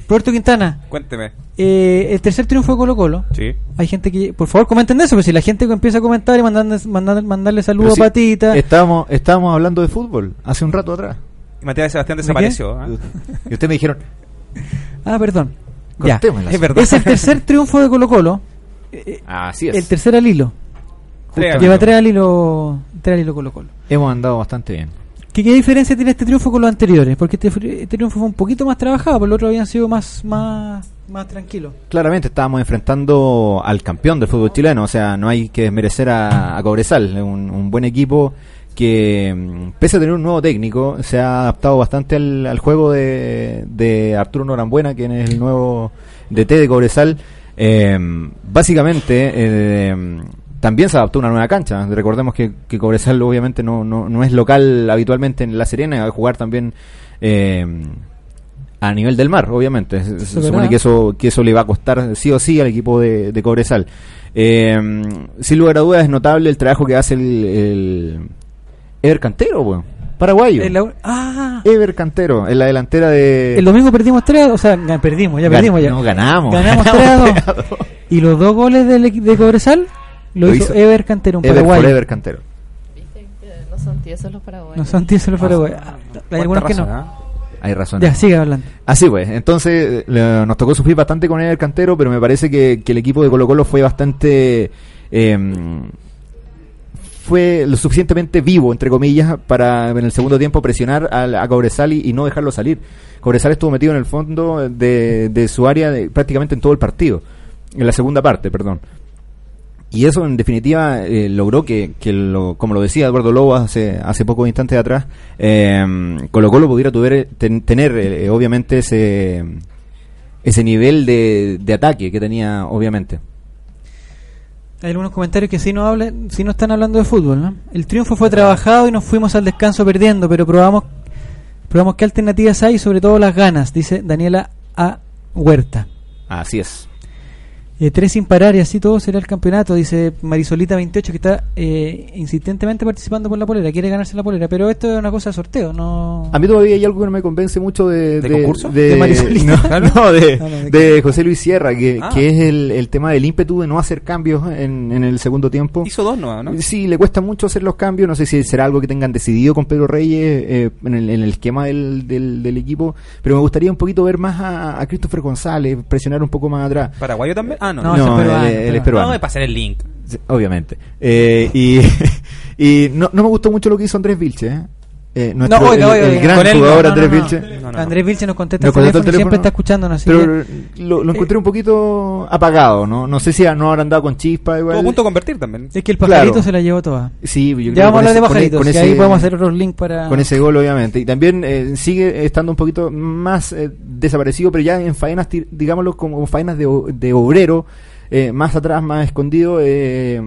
Roberto Quintana,
Cuénteme.
eh, el tercer triunfo de Colo Colo.
Sí.
Hay gente que... Por favor, comenten eso, pero si la gente empieza a comentar y mandando, mandar- mandarle
Pero
saludos
sí,
a Patita...
Estábamos, estábamos hablando de fútbol hace un rato atrás.
Y Matías Sebastián
¿De
desapareció. ¿ah?
Y ustedes me dijeron,
Ah, perdón. Ya.
Cortemos la
Es,
segunda.
verdad. Es el tercer triunfo de Colo Colo.
así es.
Eh, El tercer al hilo.
Tres al
Lleva
hilo.
tres al hilo, tres al hilo Colo Colo.
hemos andado bastante bien.
¿Qué, qué diferencia tiene este triunfo con los anteriores? Porque este, fri- este triunfo fue un poquito más trabajado, por el otro habían sido más más más tranquilos.
Claramente estábamos enfrentando al campeón del fútbol chileno, o sea, no hay que desmerecer a, a Cobresal, es un, un buen equipo que mm, pese a tener un nuevo técnico, se ha adaptado bastante al, al juego de, de Arturo Norambuena, quien es el nuevo DT de Cobresal. Eh, básicamente, eh, también se adaptó a una nueva cancha. Recordemos que, que Cobresal obviamente no, no, no es local habitualmente en La Serena, va a jugar también... eh, a nivel del mar, obviamente. Se, se
es
supone
verdad.
que eso, que eso le va a costar sí o sí al equipo de, de Cobresal. Eh, sin lugar a dudas es notable el trabajo que hace el, el Ever Cantero, weón. paraguayo.
El au- ah,
Ever Cantero, en la delantera de...
el domingo perdimos tres, o sea, gan- perdimos, ya
Gan-
perdimos ya.
No, ganamos.
Ganamos tres a dos. Y los dos goles del equi- de Cobresal lo,
Lo
hizo,
hizo
Ever Cantero, un
Ever
paraguayo.
Forever Cantero.
Eh, No son tiesos los paraguayos.
No son tiesos los paraguayos. Ah, Hay algunos que no.
¿eh? Hay razón.
Ya, sigue hablando.
Así pues, entonces le- nos tocó sufrir bastante con el cantero, pero me parece que, que el equipo de Colo Colo fue bastante... eh, fue lo suficientemente vivo, entre comillas, para en el segundo tiempo presionar al- a, Cobresal y, y no dejarlo salir. Cobresal estuvo metido en el fondo de, de su área de- prácticamente en todo el partido, en la segunda parte, perdón. Y eso, en definitiva, eh, logró que, que lo- como lo decía Eduardo Lobo hace, hace pocos instantes atrás, eh, Colo Colo pudiera tuver- ten- tener, eh, obviamente, ese, ese nivel de, de ataque que tenía, obviamente.
Hay algunos comentarios que sí no hablan, sí no están hablando de fútbol, ¿no? El triunfo fue trabajado y nos fuimos al descanso perdiendo, pero probamos, probamos qué alternativas hay y sobre todo las ganas, dice Daniela A. Huerta.
Así es.
Eh, tres sin parar y así todo será el campeonato, dice Marisolita28, que está eh, insistentemente participando por la polera, quiere ganarse la polera, pero esto es una cosa de sorteo, no...
A mí todavía hay algo que no me convence mucho de...
¿De concurso?
De,
¿De Marisolita?
no,
Claro.
no, de,
Ah, no, ¿de
de José Luis Sierra, que,
Ah.
que es el, el tema del ímpetu de no hacer cambios en, en el segundo tiempo.
Hizo dos nuevas, ¿no?
Sí, le cuesta mucho hacer los cambios. No sé si será algo que tengan decidido con Pedro Reyes eh, en, el, en el esquema del, del- del equipo. Pero me gustaría un poquito ver más a, a Christopher González, presionar un poco más atrás.
¿Paraguayo también? Ah, no.
No, ese es peruano,
él- él es
peruano.
peruano.
No, es para hacer el link.
Sí, Obviamente. Eh, y y no, no me gustó mucho lo que hizo Andrés Vilche. ¿eh? Eh, nuestro-
no, oiga,
el-
oiga,
el,
oiga.
gran
Con él no,
jugador
no,
Andrés
no, no.
Vilche.
No, no, no.
Andrés Vilche nos contesta
Nos
el
contestó
teléfono,
el
y siempre
teléfono.
está escuchándonos, así que- Eh.
Pero lo, lo encontré un poquito apagado, ¿no? No sé si a- no habrán dado con chispa
Tuvo
igual.
a punto de convertir también.
Es que el pajarito
Claro.
se la llevó toda.
Sí, yo
Ya
creo que
vamos a
con
hablar de
ese- con e-
pajaritos,
con
que
ese-
ahí podemos hacer otros links para...
Con ese gol, obviamente. Y también eh, sigue estando un poquito más eh, desaparecido, pero ya en faenas, ti- digámoslo, como faenas de, o- de obrero, eh, más atrás, más escondido, eh,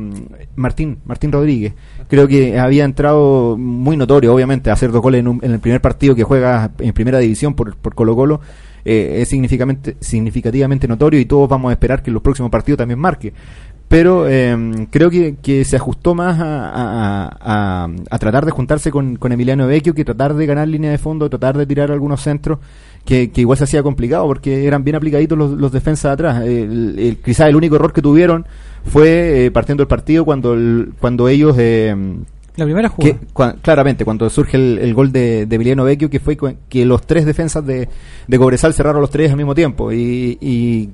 Martín, Martín Rodríguez. Creo que había entrado muy notorio, obviamente, a hacer dos goles en, un- en el primer partido que juega en primera división por, por Colo Colo. eh, es significamente- significativamente notorio y todos vamos a esperar que en los próximos partidos también marque pero eh, creo que, que se ajustó más a, a- a- a tratar de juntarse con, con Emiliano Vecchio que tratar de ganar línea de fondo, tratar de tirar algunos centros, que, que igual se hacía complicado porque eran bien aplicaditos los, los defensas de atrás. El, el- quizás el único error que tuvieron fue eh, partiendo el partido cuando, el- cuando ellos... eh,
La primera
que,
jugada.
cua- claramente, cuando surge el, el gol de, de Emiliano Vecchio, que fue cu- que los tres defensas de, de Cobresal cerraron los tres al mismo tiempo y, y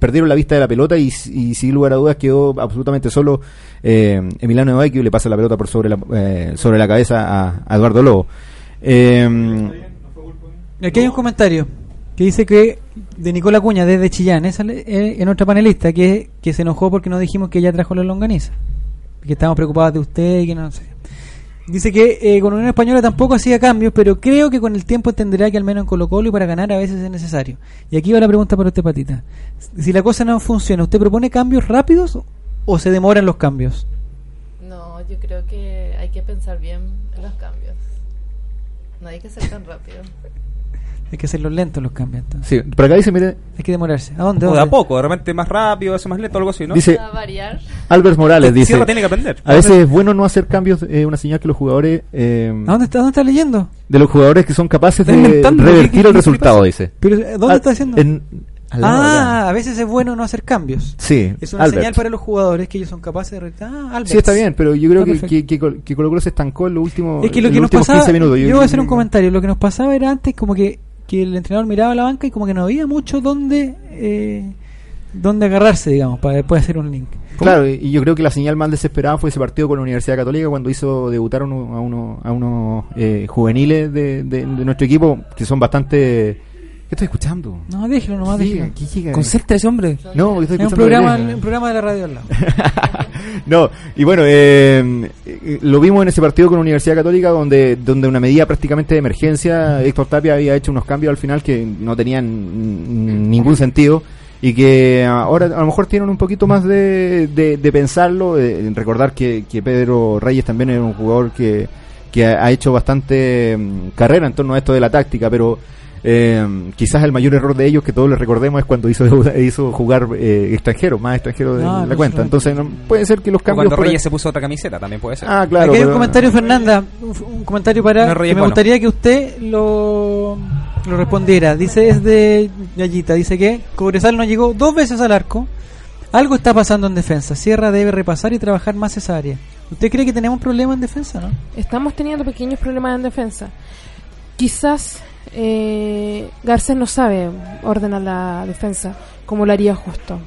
perdieron la vista de la pelota y, s- y sin lugar a dudas quedó absolutamente solo eh, Emiliano Vecchio y le pasa la pelota por sobre la, eh, sobre la cabeza a, a Eduardo Lobo. Em,
Aquí hay un comentario que dice que de Nicola Cuña desde Chillán, esa le- eh, es nuestra panelista que, que se enojó porque nos dijimos que ella trajo la longaniza, que estábamos preocupados de usted y que no sé. Dice que eh, con Unión Española tampoco hacía cambios, pero creo que con el tiempo entenderá que al menos en Colo Colo y para ganar a veces es necesario. Y aquí va la pregunta para usted, Patita. Si la cosa no funciona, ¿usted propone cambios rápidos o se demoran los cambios?
No, yo creo que hay que pensar bien en los cambios. No hay que ser tan rápido.
Hay que hacerlos lentos los cambios. entonces.
Sí, por acá dice, mire,
Hay que demorarse. ¿A dónde?
O de a
dónde?
poco, de repente más rápido, eso más lento, algo así, ¿no?
dice Albert Morales dice,
Sierra tiene que aprender.
a veces es bueno no hacer cambios, eh, una señal que los jugadores eh,
¿A dónde está, dónde está leyendo?
de los jugadores que son capaces
Está
de
inventando, ¿qué- qué-
revertir
qué
el
le
resultado,
pasa?
dice.
Pero, eh, ¿dónde
Ah,
está haciendo?
en- al lado de
ah,
la-
a veces es bueno no hacer cambios.
Sí,
Es una
Albert.
señal para los jugadores que ellos son capaces de. re- Ah, Albert.
Sí, está bien, pero yo creo
Ah,
que,
perfecto.
que, que, Col- que Colo Colo se estancó en los últimos,
Es que lo
en
que
los
nos
últimos
pasaba.
15 minutos.
yo voy a hacer un comentario. Lo que nos pasaba era antes como que, que el entrenador miraba a la banca y como que no había mucho donde, eh, donde agarrarse, digamos, para después hacer un link.
Claro, y- y yo creo que la señal más desesperada fue ese partido con la Universidad Católica cuando hizo debutar a uno- a, uno- a unos eh, juveniles de, de- de nuestro equipo que son bastante... ¿Qué estoy escuchando?
No, déjelo nomás,
Sí,
déjelo.
aquí llega-
Concéntrese, hombre.
No, porque estoy
es un
escuchando
programa,
la oreja.
un programa de la radio al lado.
No, y bueno, eh, eh, lo vimos en ese partido con Universidad Católica donde donde una medida prácticamente de emergencia, Héctor Tapia había hecho unos cambios al final que no tenían mm, ningún sentido y que ahora a lo mejor tienen un poquito más de, de- de pensarlo, eh, en recordar que, que Pedro Reyes también era un jugador que, que ha ha hecho bastante mm, carrera en torno a esto de la táctica, pero... eh, quizás el mayor error de ellos que todos les recordemos es cuando hizo hizo jugar eh, extranjeros, más extranjeros de
Ah,
la
por
cuenta.
supuesto.
Entonces no- puede ser que los
O
cambios
cuando
por-
Reyes se puso otra camiseta, también puede ser.
Ah, claro.
Aquí hay un
pero-
comentario, Fernanda.
eh,
Un, f- un comentario para.
No, Reyes,
que me
bueno.
gustaría que usted lo, lo respondiera. Dice, es de Yayita. Dice que Cobresal no llegó dos veces al arco. Algo está pasando en defensa. Sierra debe repasar y trabajar más esa área. ¿Usted cree que tenemos un problema en defensa, no?
Estamos teniendo pequeños problemas en defensa. Quizás eh, Garcés no sabe ordenar la defensa como lo haría justo.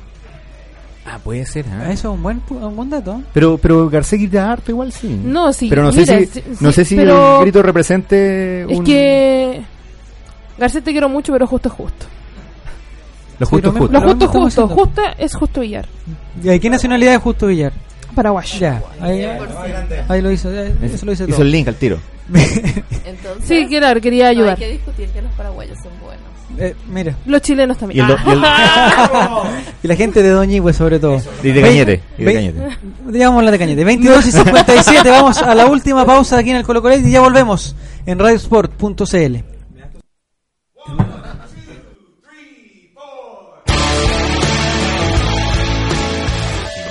Ah, puede ser. ah.
Eso es un buen, pu- un buen dato.
Pero, pero Garcés grita harto igual, sí.
No, sí,
Pero no
mira,
sé si,
sí,
no
sí,
sé si
pero-
el grito represente
Es
Eh, un-
que Garcés te quiero mucho, pero justo es justo.
Lo justo es justo.
Lo justo es
mismo
justo.
estamos
Justo es justo Villar.
¿Y ahí qué nacionalidad es Justo Villar?
Paraguayo.
Ya, ahí, ahí lo hizo. eh, Eso lo hizo todo.
Hizo el link al tiro.
Entonces,
Sí, claro, quería
no
ayudar.
hay que discutir que los paraguayos son buenos.
Eh, mira.
Los chilenos
Y
también.
el do- y el-
Y la gente de Doñigüe, sobre todo.
Y de
Ve-
Cañete, y de
ve-
Cañete.
Digamos la de Cañete. 22 y 57. vamos a la última pausa aquí en el Colo Colo y ya volvemos en radiosport.cl.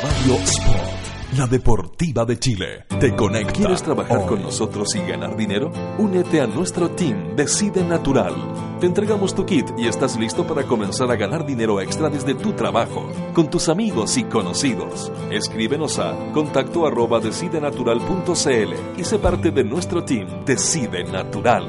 Radio Sport, la deportiva de Chile. Te conecta. ¿Quieres trabajar con nosotros y ganar dinero? Únete a nuestro team Decide Natural. Te entregamos tu kit y estás listo para comenzar a ganar dinero extra desde tu trabajo, con tus amigos y conocidos. Escríbenos a contacto arroba decidenatural.cl y sé parte de nuestro team Decide Natural.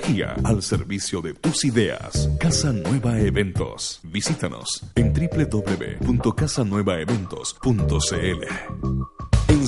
al servicio de tus ideas. Casa Nueva Eventos. Visítanos en www.casanuevaeventos.cl. En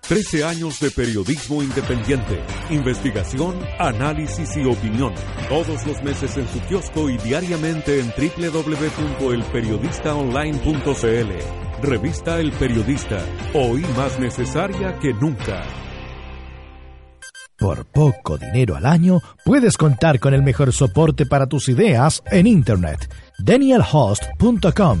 Trece años de periodismo independiente, investigación, análisis y opinión. Todos los meses en su kiosco y diariamente en www.elperiodistaonline.cl. Revista El Periodista, hoy más necesaria que nunca.
Por poco dinero al año, puedes contar con el mejor soporte para tus ideas en Internet. DanielHost.com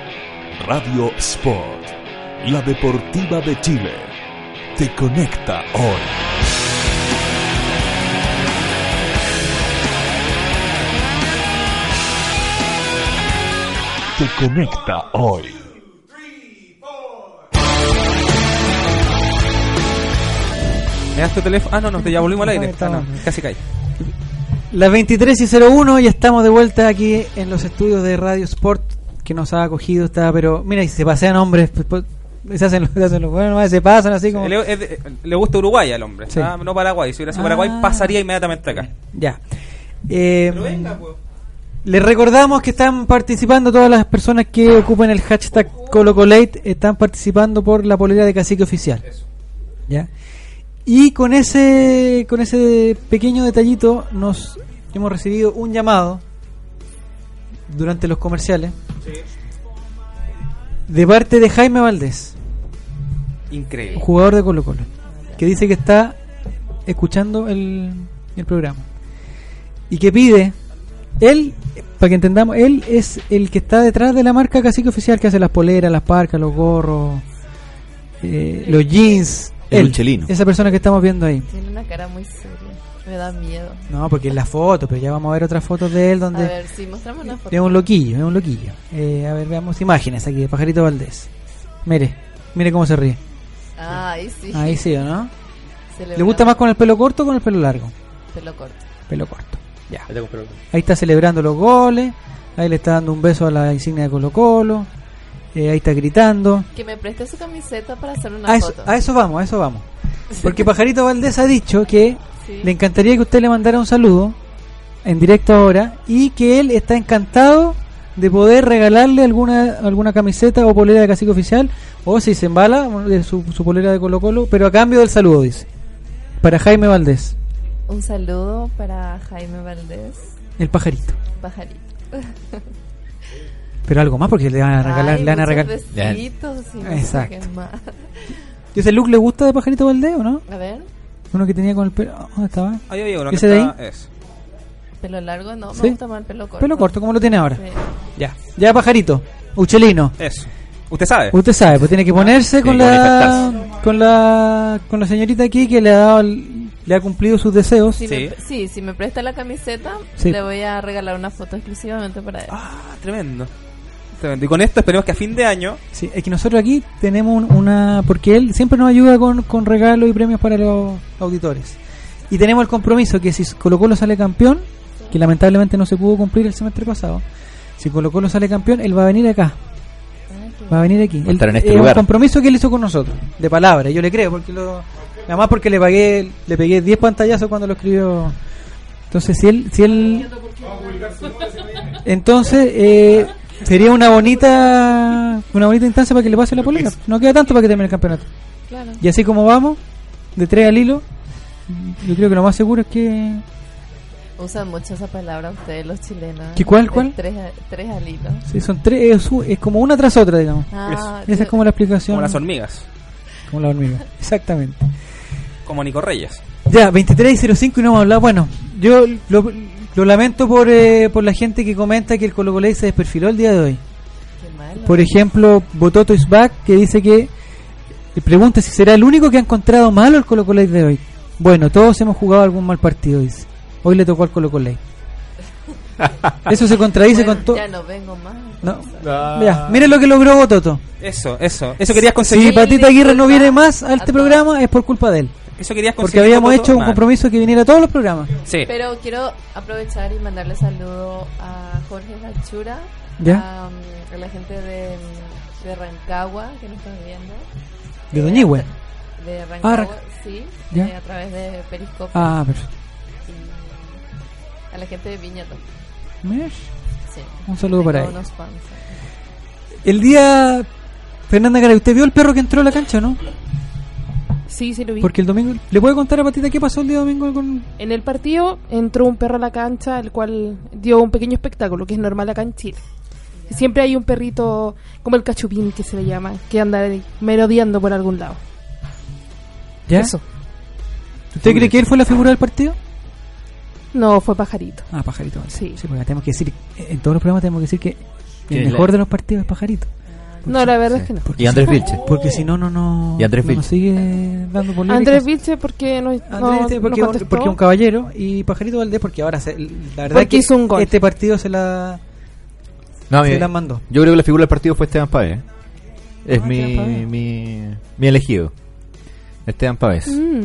Radio Sport, la deportiva de Chile, te conecta hoy. Te conecta hoy.
¿Me das tu teléfono? Ah, no, no, te ya volvimos al aire. Ah, no, casi caí.
Las 23 y 01 y estamos de vuelta aquí en los estudios de Radio Sport que nos ha acogido. Está, pero mira, y se pasean hombres. pues, pues, se hacen los, se hacen los buenos, se pasan así como.
Le, es de- le gusta Uruguay al hombre,
Sí.
ah, no Paraguay. Si hubiera sido
Ah.
Paraguay, pasaría inmediatamente acá.
Ya. Eh, Les recordamos que están participando todas las personas que ocupen el hashtag ColocoLate, están participando por la polera de cacique oficial. ¿Ya? Y con ese, con ese pequeño detallito nos hemos recibido un llamado durante los comerciales de parte de Jaime Valdés,
Increíble.
jugador de Colo Colo, que dice que está escuchando el, el programa y que pide, él, para que entendamos, él es el que está detrás de la marca Cacique Oficial que hace las poleras, las parcas, los gorros, eh, los jeans.
El
Él,
Uchelino.
Esa persona que estamos viendo ahí.
Tiene una cara muy seria. Me da miedo.
No, porque es la foto, pero ya vamos a ver otras fotos de él donde...
A ver, sí, mostrame una foto.
Es un loquillo, es un loquillo. Eh, a ver, veamos imágenes aquí de Pajarito Valdés. Mire, mire cómo se ríe.
Ah, ahí sí.
Ahí sí, ¿o no?
Se
¿Le gusta más con el pelo corto o con el pelo largo?
Pelo corto.
Pelo corto. Ya. Ahí está celebrando los goles. Ahí le está dando un beso a la insignia de Colo Colo. ahí está gritando.
Que me preste su camiseta para hacer una
A Ah, eso,
foto.
a eso vamos, a eso vamos. Porque Pajarito Valdés ha dicho que
Sí.
le encantaría que usted le mandara un saludo en directo ahora y que él está encantado de poder regalarle alguna alguna camiseta o polera de cacique oficial o si se embala de su, su polera de Colo Colo, pero a cambio del saludo, dice. Para Jaime Valdés,
Un saludo para Jaime Valdés,
el pajarito.
pajarito.
Pero algo más porque le van a regalar...
Ay,
le van a
muchos
regalar.
besitos y no sé
Exacto.
qué más.
¿Y ese look le gusta de Pajarito Valdés o no?
A ver,
Uno que tenía con el pelo... ¿Dónde estaba?
Ahí había uno que
¿Ese de ahí?
estaba- eso.
pelo largo no,
¿Sí?
me gusta más el pelo corto.
Pelo corto, como lo tiene ahora.
Sí.
Ya,
Ya, Pajarito. Uchelino.
eso. Usted sabe.
Usted sabe, pues tiene que ponerse con
que
la, con la con la señorita aquí que le ha dado el- le ha cumplido sus deseos.
Si me- sí, si me presta la camiseta,
Pues Sí.
le voy a regalar una foto exclusivamente para él.
Ah, tremendo. Tremendo. Y con esto esperemos que a fin de año.
Sí, es que nosotros aquí tenemos un- una porque él siempre nos ayuda con, con regalos y premios para los auditores. Y tenemos el compromiso que si Colo Colo sale campeón, que lamentablemente no se pudo cumplir el semestre pasado, si Colo Colo sale campeón, él va a venir acá. Va a venir aquí.
Va a estar en
Él-
este
es
lugar.
un compromiso que él hizo con nosotros, de palabra, yo le creo, porque lo, nada más porque le pagué, le pegué 10 pantallazos cuando lo escribió. Entonces, si él, si él entonces, eh, sería una bonita una bonita instancia para que le pase la polera. No queda tanto para que termine el campeonato.
Claro.
Y así como vamos, de tres al hilo, yo creo que lo más seguro es que...
Usan mucho esa palabra ustedes los chilenos.
¿Qué, cuál,
El
cuál?
Tres, a- tres al hilo.
sí, son tres, es, u- es como una tras otra, digamos.
Ah,
Esa es como la explicación.
Como las hormigas.
Como la hormiga. Exactamente.
Como Nico Reyes.
Ya, 23.05 y no hemos hablado. Bueno, yo lo, lo lamento por, eh, por la gente que comenta que el Colo Colo se desperfiló el día de hoy. Por ejemplo, Bototo is back que dice que le pregunta si será el único que ha encontrado malo el Colo Colo de hoy. Bueno, todos hemos jugado algún mal partido, dice. Hoy le tocó al Colo Colo. Eso se contradice
Bueno,
con todo.
Ya no vengo más.
No. Ya, mire lo que logró Bototo.
Eso, eso. Eso querías conseguir.
Si Patita Aguirre no viene más a este programa es por culpa de él.
Eso querías
Porque
conseguir.
habíamos
Toto.
hecho un
Mal.
compromiso que viniera a todos los programas.
Sí.
Pero quiero aprovechar y mandarle saludo a Jorge Hachura,
¿Ya?
a, mm, a la gente de, mm, de Rancagua que nos están viendo.
De Doñigüe.
De
Ah,
Rancagua,
Ranc-
sí,
¿Ya?
eh, a través de Periscope.
Ah, perfecto.
Y a la gente de Viñeto.
Mish.
Sí.
Un saludo
Tengo
para ellos.
unos fans.
El día. Fernanda Garay, ¿usted vio el perro que entró a la cancha, no?
Sí, sí lo vi.
Porque el domingo. ¿Le puede contar a Patita qué pasó el día domingo con.?
En el partido entró un perro a la cancha, el cual dio un pequeño espectáculo, que es normal acá en Chile. Y Siempre hay un perrito, como el cachupín que se le llama, que anda ahí merodeando por algún lado.
¿Ya? Eso. ¿Usted cree que él fue la figura del partido?
No, fue pajarito.
Ah, pajarito. vale.
Sí.
porque tenemos que decir. En todos los programas tenemos que decir que
Que
el
la-
mejor de los partidos es pajarito.
No, la verdad es que no.
Porque
Y Andrés
si-
Vilche.
Porque si no, no, no.
Y Andrés
no nos
Vilche.
sigue dando polémicas.
Andrés Vilche porque no,
Andrés
no-
Vilche
no
porque, un,
contestó.
porque un caballero y Pajarito Valdés porque ahora se- la verdad
Porque
es que
hizo un gol.
este partido se la
No,
se
mi-
la mandó. Ah,
Yo creo que la figura del partido fue Esteban Pavés. Es mi,
Esteban Pavés.
mi, mi elegido. Esteban Pavés.
Mm.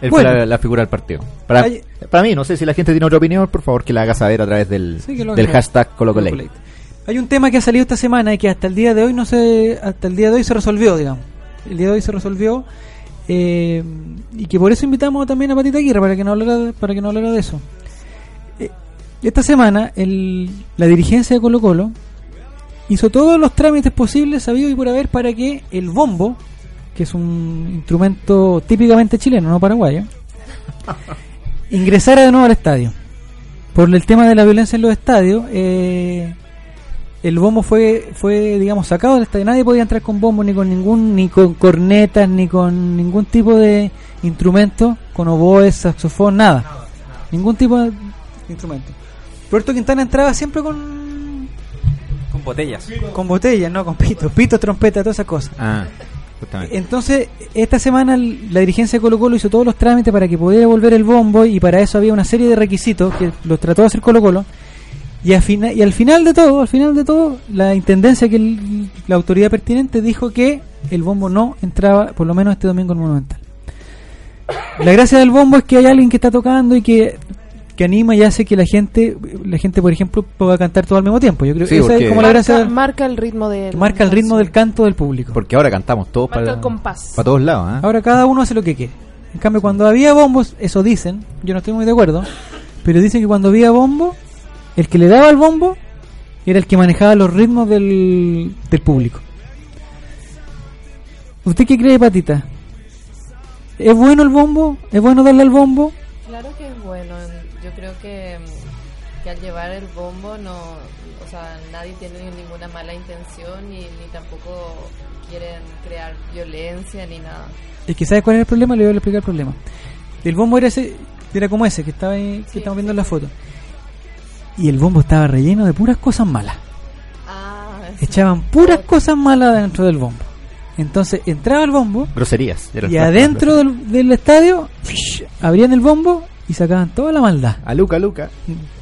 Él
Bueno.
fue la, la figura del partido. Para,
Ay-
para mí, no sé si la gente tiene otra opinión, por favor que la haga saber a través del,
Sí, que lo haga
del
saber.
hashtag Colocolate.
Hay un tema que ha salido esta semana y que hasta el día de hoy no se hasta el día de hoy se resolvió, digamos. El día de hoy se resolvió eh, y que por eso invitamos también a Patita Aguirre para que no hablara para que no hablara de eso. Eh, esta semana el- la dirigencia de Colo Colo hizo todos los trámites posibles sabidos y por haber para que el bombo, que es un instrumento típicamente chileno, no paraguayo, ingresara de nuevo al estadio. Por el tema de la violencia en los estadios, eh, el bombo fue, fue digamos, sacado del estadio. Nadie podía entrar con bombo, ni con ningún, ni con cornetas, ni con ningún tipo de instrumento, con oboes, saxofón, nada. Ningún tipo de instrumento. Roberto Quintana entraba siempre con,
Con botellas.
con botellas, no con pitos, pitos, trompetas, todas esas cosas.
Ah, justamente.
Entonces, esta semana l- la dirigencia de Colo Colo hizo todos los trámites para que pudiera volver el bombo y para eso había una serie de requisitos que los trató de hacer Colo Colo. Y, a fina- y al final de todo, al final de todo, la intendencia que el- la autoridad pertinente dijo que el bombo no entraba, por lo menos este domingo en Monumental. La gracia del bombo es que hay alguien que está tocando y que, que anima y hace que la gente, la gente por ejemplo, pueda cantar todo al mismo tiempo. Yo creo
Sí,
que esa es
porque-
como la gracia
marca,
del-
marca el ritmo de
que marca el ritmo del canto del público.
Porque ahora cantamos todos
Marca
para,
el compás.
para todos lados. ¿ah?
Ahora cada uno hace lo que quiere. En cambio, cuando había bombos, eso dicen, yo no estoy muy de acuerdo, pero dicen que cuando había bombo, el que le daba el bombo era el que manejaba los ritmos del, del público. ¿Usted qué cree, Patita? ¿Es bueno el bombo? ¿Es bueno darle al bombo?
Claro que es bueno. Yo creo que, mm, que al llevar el bombo no, o sea, nadie tiene ni- ninguna mala intención ni, ni tampoco quieren crear violencia ni nada.
Es que ¿sabes cuál era el problema? Le voy a explicar el problema. El bombo era ese, era como ese que estaba ahí, que estamos viendo en la foto. Y el bombo estaba relleno de puras cosas malas. Echaban puras cosas malas dentro del bombo. Entonces entraba el bombo
Groserías. era el
y
plan.
adentro del, del estadio fish, abrían el bombo y sacaban toda la maldad.
A Luca, Luca.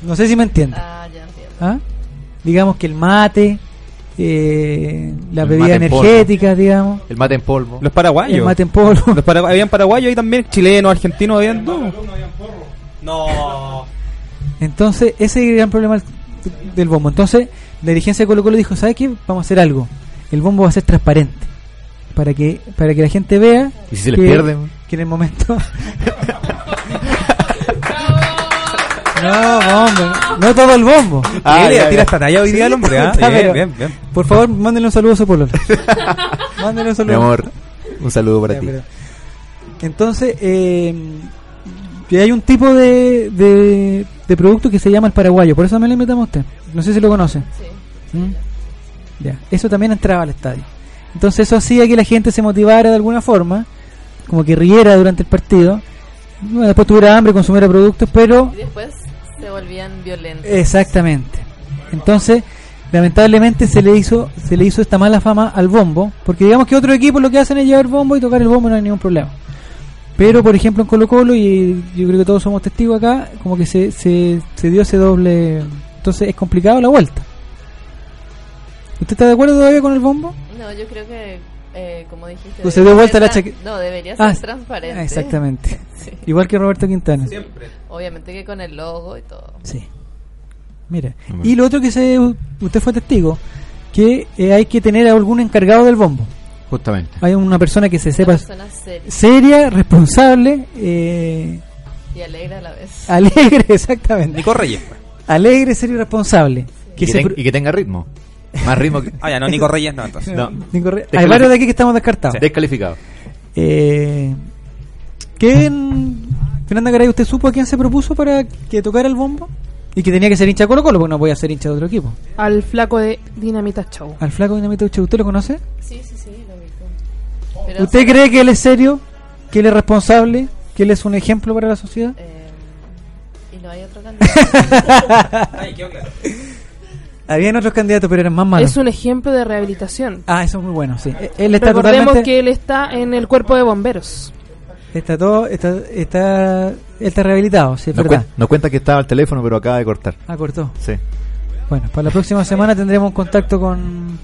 No sé si me entiende. ¿Ah? Digamos que el mate, eh, la
El
bebida
mate en polvo.
energética, digamos.
El mate en polvo.
Los paraguayos.
El mate en polvo.
Los paragua- habían paraguayos y también chilenos, argentinos, habían todo. No.
Entonces, ese es el gran problema del- del bombo. Entonces, la dirigencia de Colo Colo dijo, ¿sabe qué? Vamos a hacer algo. El bombo va a ser transparente. Para que, para que la gente vea...
¿Y si se les
que,
pierde?
Que en el momento... no, hombre. No todo el bombo.
Ah, Tira- ya, ya. tira hasta talla hoy día el hombre, ¿ah?
está,
Bien,
pero-
bien, bien.
Por favor, mándenle un saludo a su pololo. mándenle un
Mi
saludo.
amor, un saludo para
Ya,
ti.
pero- Entonces, eh, que hay un tipo de, de, de producto que se llama el paraguayo, por eso me lo invitamos a usted. No sé si lo conoce. ¿Mm? Ya, eso también entraba al estadio. Entonces eso hacía que la gente se motivara de alguna forma, como que riera durante el partido. Bueno, después tuviera hambre, consumiera productos, pero
Y después se volvían violentos.
Exactamente. Entonces, lamentablemente se le hizo se le hizo esta mala fama al bombo, porque digamos que otro equipo lo que hacen es llevar bombo y tocar el bombo no hay ningún problema. Pero por ejemplo en Colo Colo y yo creo que todos somos testigos acá, como que se, se, se dio ese doble, entonces es complicado la vuelta. ¿Usted está de acuerdo todavía con el bombo?
No, yo creo que, eh, como dijiste...
¿O se
debería
dio vuelta
ser
la
tran-
chaqueta?
No, debería ser
Ah,
transparente.
ah, Exactamente.
Sí.
Igual que Roberto Quintana.
Obviamente que con el logo y todo.
Sí. Mira. Y lo otro que se, usted fue testigo, que eh, hay que tener a algún encargado del bombo.
Justamente.
Hay una persona que se sepa
persona seria.
seria, responsable, eh,
Y alegra a la vez.
alegre, exactamente.
Nico Reyes.
Alegre, serio y responsable.
pues. Y que,
se
ten-
pro-
y que tenga ritmo. Más ritmo que.
Ah, ya, no, Nico Reyes no, entonces.
No.
Nico Re- Hay varios de aquí que estamos descartados.
Descalificado.
Eh, ¿Quién, Fernanda Garay, usted supo a quién se propuso para que tocara el bombo? Y que tenía que ser hincha de Colo Colo, porque no podía ser hincha de otro equipo.
Al flaco de Dinamita Show.
Al flaco Dinamita Uche, ¿usted lo conoce?
Sí, sí, sí, lo ubico.
¿Usted cree que él es serio? ¿Que él es responsable? ¿Que él es un ejemplo para la sociedad?
Y no hay otro candidato.
Ay, qué claro.
Habían otros candidatos, pero eran más malos.
Es un ejemplo de rehabilitación.
Ah, eso es muy bueno, sí. Eh, Él está
Recordemos
totalmente...
que él está en el cuerpo de bomberos.
Está todo... Está, está, él está rehabilitado, sí, es
Nos,
verdad.
cuen- nos cuenta que estaba al teléfono, pero acaba de cortar.
Ah, cortó.
Sí.
Bueno, para la próxima semana tendremos contacto con...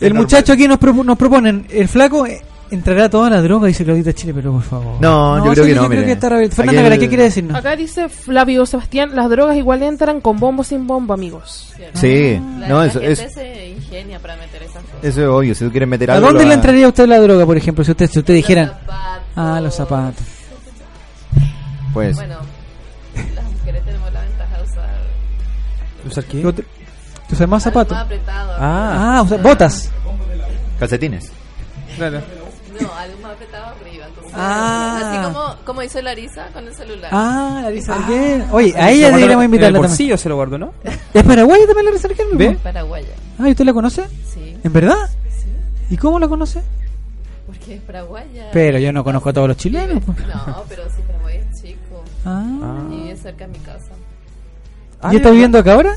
El muchacho aquí nos, propo- nos proponen, el flaco eh, entrará toda la droga, dice Claudita Chile, pero por favor.
No, yo creo
sí,
que no,
Yo creo
mire.
que está rehabilitado. Fernanda
Aquí
Garay, ¿qué
el-
quiere decirnos?
Acá dice Flavio Sebastián, las drogas igual entran con bombo sin bombo, amigos.
Sí.
Ah. La,
No,
la
eso,
gente
eso,
se ingenia para meter esas cosas.
eso es obvio. Si tú quieres meter
¿A
algo.
dónde
lo va-
le entraría a usted la droga, por ejemplo, si usted, si usted dijera... Ah, los zapatos.
Pues.
Bueno, las mujeres tenemos la ventaja de usar
¿Usar qué? ¿Usar más
algo
zapatos?
más apretado.
Ah, ah, usar botas.
Calcetines.
No, algo más apretado arriba. entonces-
Ah.
Así como, como hizo Larisa con el celular.
Ah, Larisa Arguel. Oye, a ella deberíamos invitarla
En el
también.
bolsillo se lo guardo, ¿no?
¿Es paraguaya también Larisa Arguel?
¿Ve?
Paraguaya.
Ah, ¿y ¿usted la conoce?
Sí.
¿En verdad? ¿Y cómo la conoce?
Porque es paraguaya.
Pero yo no conozco a todos los chilenos. pues.
No, pero sí, paraguaya es chico.
Ah.
Y vive cerca de mi casa.
¿Y está viviendo acá ahora?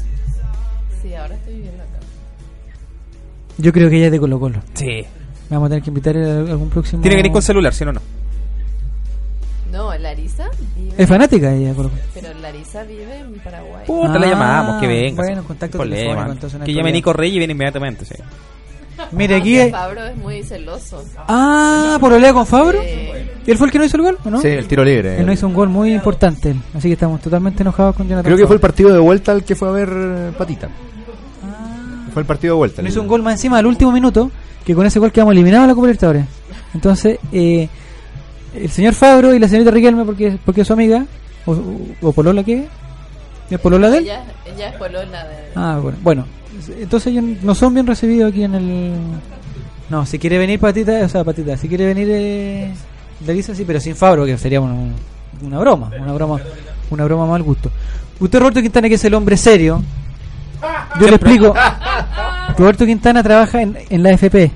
Sí, ahora estoy viviendo acá.
Yo creo que ella es de Colo Colo.
Sí.
Vamos a tener que invitar a algún próximo.
Tiene que venir con celular, ¿sí o no?
No, Larisa vive.
Es fanática ella de Colo Colo.
Pero Larisa vive en Paraguay.
Puta, la
Ah,
llamamos, que venga.
bueno,
sí.
contacto
Problema.
telefónico, entonces, no hay
Que llame
problema.
Nico Reyes y viene inmediatamente, sí.
Mire, aquí
Aunque
hay-
Fabro es muy celoso.
Ah, por olea con Fabro.
Sí.
¿Él fue el que no hizo el gol o no?
Sí, el tiro libre.
Él no hizo un gol muy importante. Así que estamos totalmente enojados con Jonathan.
Creo que fue el
Fabro.
partido de vuelta al que fue a ver eh, Patita. Fue el partido de vuelta.
Ah. No
el-
hizo un gol más encima al último minuto. Que con ese gol quedamos eliminados de la Copa Libertadores. Entonces, eh, el señor Fabro y la señorita Riquelme, porque, porque es su amiga, o, o Polola, ¿qué? ¿Es Polola de él?
Ella, ella es polola de.
Ah, bueno. Bueno, entonces yo- no son bien recibidos aquí en el... No, si quiere venir Patita, o sea, Patita, si quiere venir eh, Dalisa, sí, pero sin Fabro, que sería un- una broma, una broma, una broma mal gusto. Usted, Roberto Quintana, que es el hombre serio, yo le explico. Roberto Quintana trabaja en, en la FP.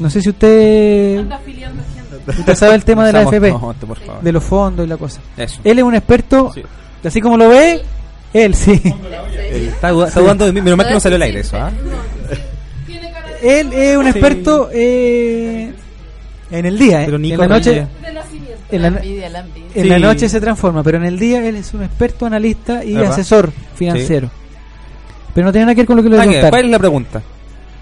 No sé si usted, usted sabe el tema de la
Seamos
FP,
tontos, por favor.
de los fondos y la cosa.
Eso.
Él es un experto,
Sí.
así como lo ve, él sí. Eh,
Está, duda- está dudando de mí, menos mal que no salió al aire eso, ¿ah?
Él es un experto eh, en el día, eh.
Pero Nico
en la noche.
Reyes.
En la,
La envidia, la envidia.
en la
Sí.
noche se transforma, pero en el día él es un experto analista y
Ahí va.
asesor financiero. Pero no tiene nada que ver con lo que le voy
Ah,
a
¿qué?
contar.
¿Cuál es la pregunta?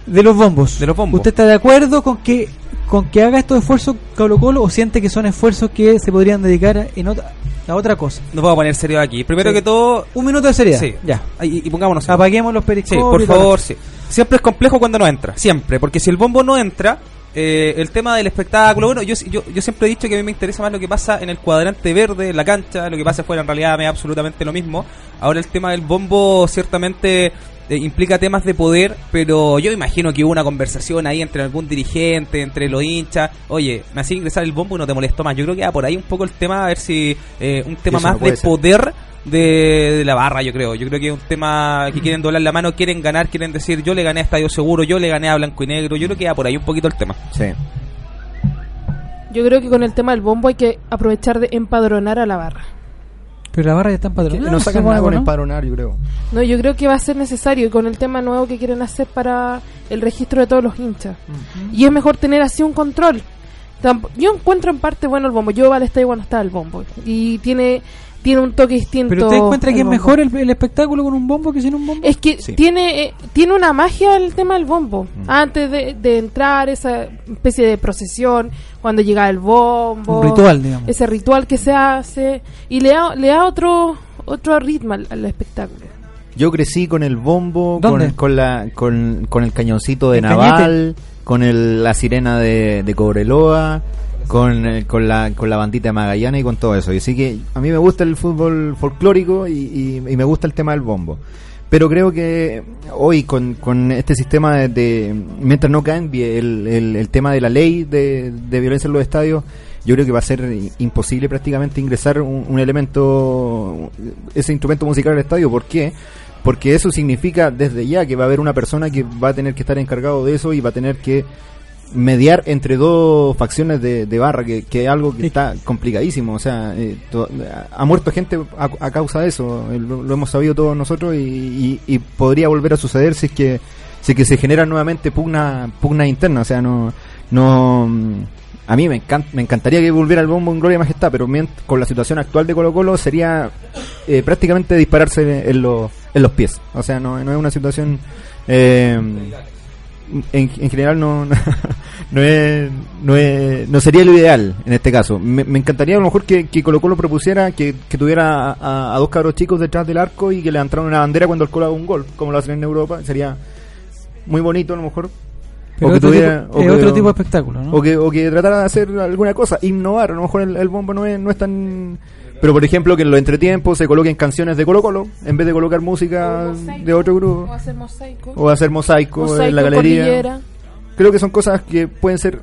De los bombos.
De los bombos.
¿Usted está de acuerdo con que con que haga estos esfuerzos Colo Colo o siente que son esfuerzos que se podrían dedicar a- en otra, a otra cosa?
Nos vamos a poner serio aquí. Primero
Sí.
que todo,
Un minuto de seriedad.
Sí.
Ya.
y, y pongámonos serios.
Apaguemos los
Sí,
periscopios.
por
y todo lo-
favor, sí. Siempre es complejo cuando no entra, siempre, porque si el bombo no entra, eh, el tema del espectáculo, bueno, yo, yo, yo siempre he dicho que a mí me interesa más lo que pasa en el cuadrante verde, en la cancha, lo que pasa afuera, en realidad me da absolutamente lo mismo. Ahora el tema del bombo ciertamente eh, implica temas de poder, pero yo imagino que hubo una conversación ahí entre algún dirigente, entre los hinchas, oye, me hacía ingresar el bombo y no te molesto más. Yo creo que va por ahí un poco el tema, a ver si eh, un tema
eso no
más
puede
de
ser.
poder poder de, de la barra, yo creo. Yo creo que es un tema que quieren doblar la mano, quieren ganar, quieren decir yo le gané a Estadio Seguro, yo le gané a Blanco y Negro. Yo creo que va por ahí un poquito el tema.
Sí.
Yo creo que con el tema del bombo hay que aprovechar de empadronar a la barra.
Pero la barra ya está empadronada.
No
se
sacan
supone,
nada con
¿no?
empadronar, yo creo.
No, yo creo que va a ser necesario y con el tema nuevo que quieren hacer para el registro de todos los hinchas. Y es mejor tener así un control. Tamp- Yo encuentro en parte bueno el bombo. Yo vale está igual está el bombo. Y tiene tiene un toque distinto.
Pero usted encuentra que es
el bombo.
mejor el, el espectáculo con un bombo que sin un bombo.
Es que
Sí.
tiene eh, tiene una magia el tema del bombo. Antes de, de entrar, esa especie de procesión, cuando llega el bombo.
Un ritual, digamos.
Ese ritual que se hace. Y le da, le da otro, otro ritmo al, al espectáculo.
Yo crecí con el bombo,
¿Dónde?
con, con la, con, con el cañoncito de
¿El
Naval, con el- la sirena de, de Cobreloa, con, el- con, la, con la bandita de Magallanes y con todo eso. Y así que a mí me gusta el fútbol folclórico y, y- y me gusta el tema del bombo. Pero creo que hoy con, con este sistema de, de- mientras no cambie el, el- el tema de la ley de, de violencia en los estadios, yo creo que va a ser i- imposible prácticamente ingresar un, un elemento, ese instrumento musical al estadio. ¿Por qué? Porque eso significa desde ya que va a haber una persona que va a tener que estar encargado de eso y va a tener que mediar entre dos facciones de, de barra, que, que es algo que está complicadísimo. O sea, eh, to- ha muerto gente a, a causa de eso, eh, lo, lo hemos sabido todos nosotros y, y- y podría volver a suceder si es que, si es que se generan nuevamente pugna, pugna interna. O sea, no... no mm, a mí me, encan- me encantaría que volviera el bombo en gloria y majestad, pero mient- con la situación actual de Colo Colo sería eh, prácticamente dispararse en, los en los pies. O sea, no, no es una situación... eh, en, en general no, no, es, no, es- no sería lo ideal en este caso. Me, me encantaría a lo mejor que, que Colo Colo propusiera que, que tuviera a, a- a dos cabros chicos detrás del arco y que levantaran una bandera cuando el Colo haga un gol, como lo hacen en Europa. Sería muy bonito a lo mejor.
Pero otro tipo- es otro tipo de espectáculo, ¿no?
O que, o que tratara de hacer alguna cosa, innovar. A lo mejor el, el bombo no es, no es tan... Pero por ejemplo que en los entretiempos se coloquen canciones de Colo Colo en vez de colocar música de otro grupo
O hacer mosaico.
o hacer mosaico, en la galería.
cordillera.
Creo que son cosas que pueden ser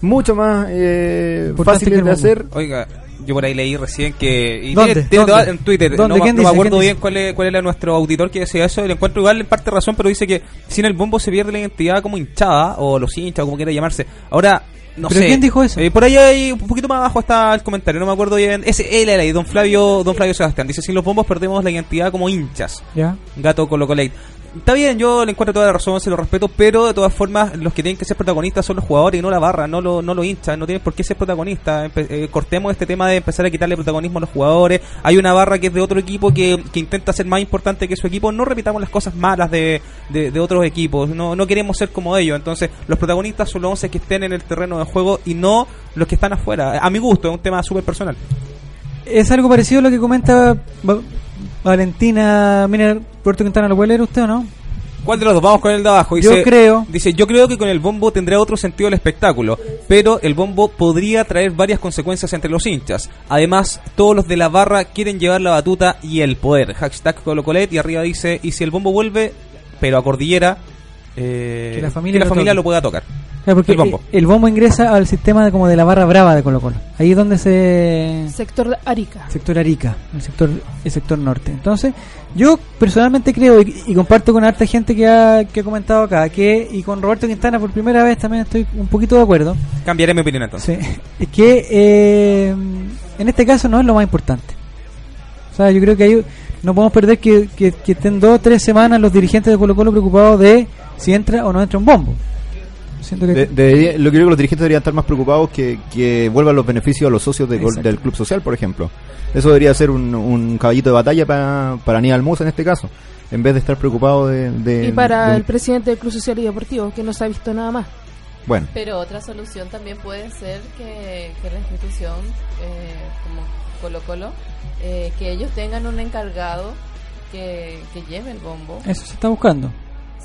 mucho más eh, fáciles de hacer.
Oiga, yo por ahí leí recién que. y
¿Dónde?
tiene- tiene
¿Dónde?
toda- en Twitter.
¿Dónde?
No, me-
¿Quién
no me
dice?
acuerdo
¿Quién
bien cuál, es- cuál era nuestro auditor que decía eso. Le encuentro igual en parte razón, pero dice que sin el bombo se pierde la identidad como hinchada, o los hinchas, o como quiera llamarse. Ahora. No
¿Pero
sé.
quién dijo eso?
Eh, por ahí hay, un poquito más abajo está el comentario, no me acuerdo bien. Ese él era ahí, don Flavio, don Flavio Sebastián. Dice, sin los bombos perdemos la identidad como hinchas.
Ya.
Gato Colo Colate. Está bien, yo le encuentro toda la razón, se lo respeto, pero de todas formas los que tienen que ser protagonistas son los jugadores y no la barra, no lo, no lo hinchas, no tienen por qué ser protagonistas. Empe- eh, cortemos este tema de empezar a quitarle protagonismo a los jugadores. Hay una barra que es de otro equipo que, que intenta ser más importante que su equipo. No repitamos las cosas malas de, de- de otros equipos, no, no queremos ser como ellos. Entonces, los protagonistas son los 11 que estén en el terreno de juego y no los que están afuera. A mi gusto, es un tema súper personal.
Es algo parecido a lo que comenta Va- Valentina. Mira, Roberto Quintana, ¿lo puede leer usted o no?
¿Cuál de los dos? Vamos con el de abajo.
Yo
Dice,
creo-
Dice, yo creo que con el bombo tendrá otro sentido el espectáculo, pero el bombo podría traer varias consecuencias entre los hinchas. Además, todos los de la barra quieren llevar la batuta y el poder. Hashtag Colocolet y arriba dice, y si el bombo vuelve, pero a cordillera, eh,
Que la
que
familia
la
lo
familia
toque.
lo pueda tocar.
Ya, porque
el bombo.
eh, el bombo ingresa al sistema de, como de la barra brava de Colo Colo. Ahí es donde se...
Sector de Arica.
sector Arica, el sector, el sector norte. Entonces, yo personalmente creo y, y comparto con harta gente que ha, que ha comentado acá, que y con Roberto Quintana por primera vez también estoy un poquito de acuerdo,
Cambiaré mi opinión entonces.
es que eh, en este caso no es lo más importante. O sea, yo creo que ahí no podemos perder que, que, que estén dos o tres semanas los dirigentes de Colo Colo preocupados de si entra o no entra un bombo. Siento que
De- debería- lo que creo que los dirigentes deberían estar más preocupados que, que vuelvan los beneficios a los socios de gol-
Exacto.
del club social, por ejemplo. Eso debería ser un, un caballito de batalla para, para Aníbal Musa en este caso, en vez de estar preocupado de... de-
Y para
de-
el presidente del Club Social y Deportivo, que no se ha visto nada más.
Bueno,
Pero otra solución también puede ser que, que la institución, eh, como Colo Colo, eh, que ellos tengan un encargado que, que lleve el bombo.
eso se está buscando.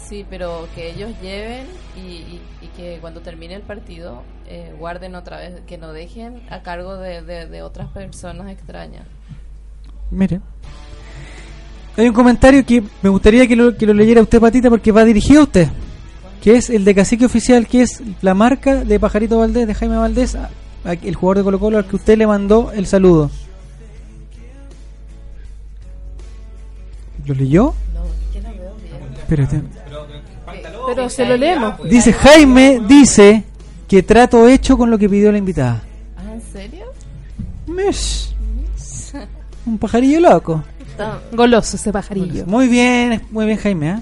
Sí, pero que ellos lleven y, y- y que cuando termine el partido eh, guarden otra vez, que no dejen a cargo de, de- de otras personas extrañas.
Mire. Hay un comentario que me gustaría que lo, que lo leyera usted, Patita, porque va dirigido a usted. Que es el de Cacique Oficial, que es la marca de Pajarito Valdés, de Jaime Valdés, a- a- el jugador de Colo Colo al que usted le mandó el saludo. ¿Lo leyó? Espérate.
Pero se lo leemos.
Dice, Jaime dice que trato hecho con lo que pidió la invitada.
Ah, ¿En serio?
Mesh. Un pajarillo loco.
Goloso ese pajarillo.
Muy bien, muy bien Jaime. ¿eh?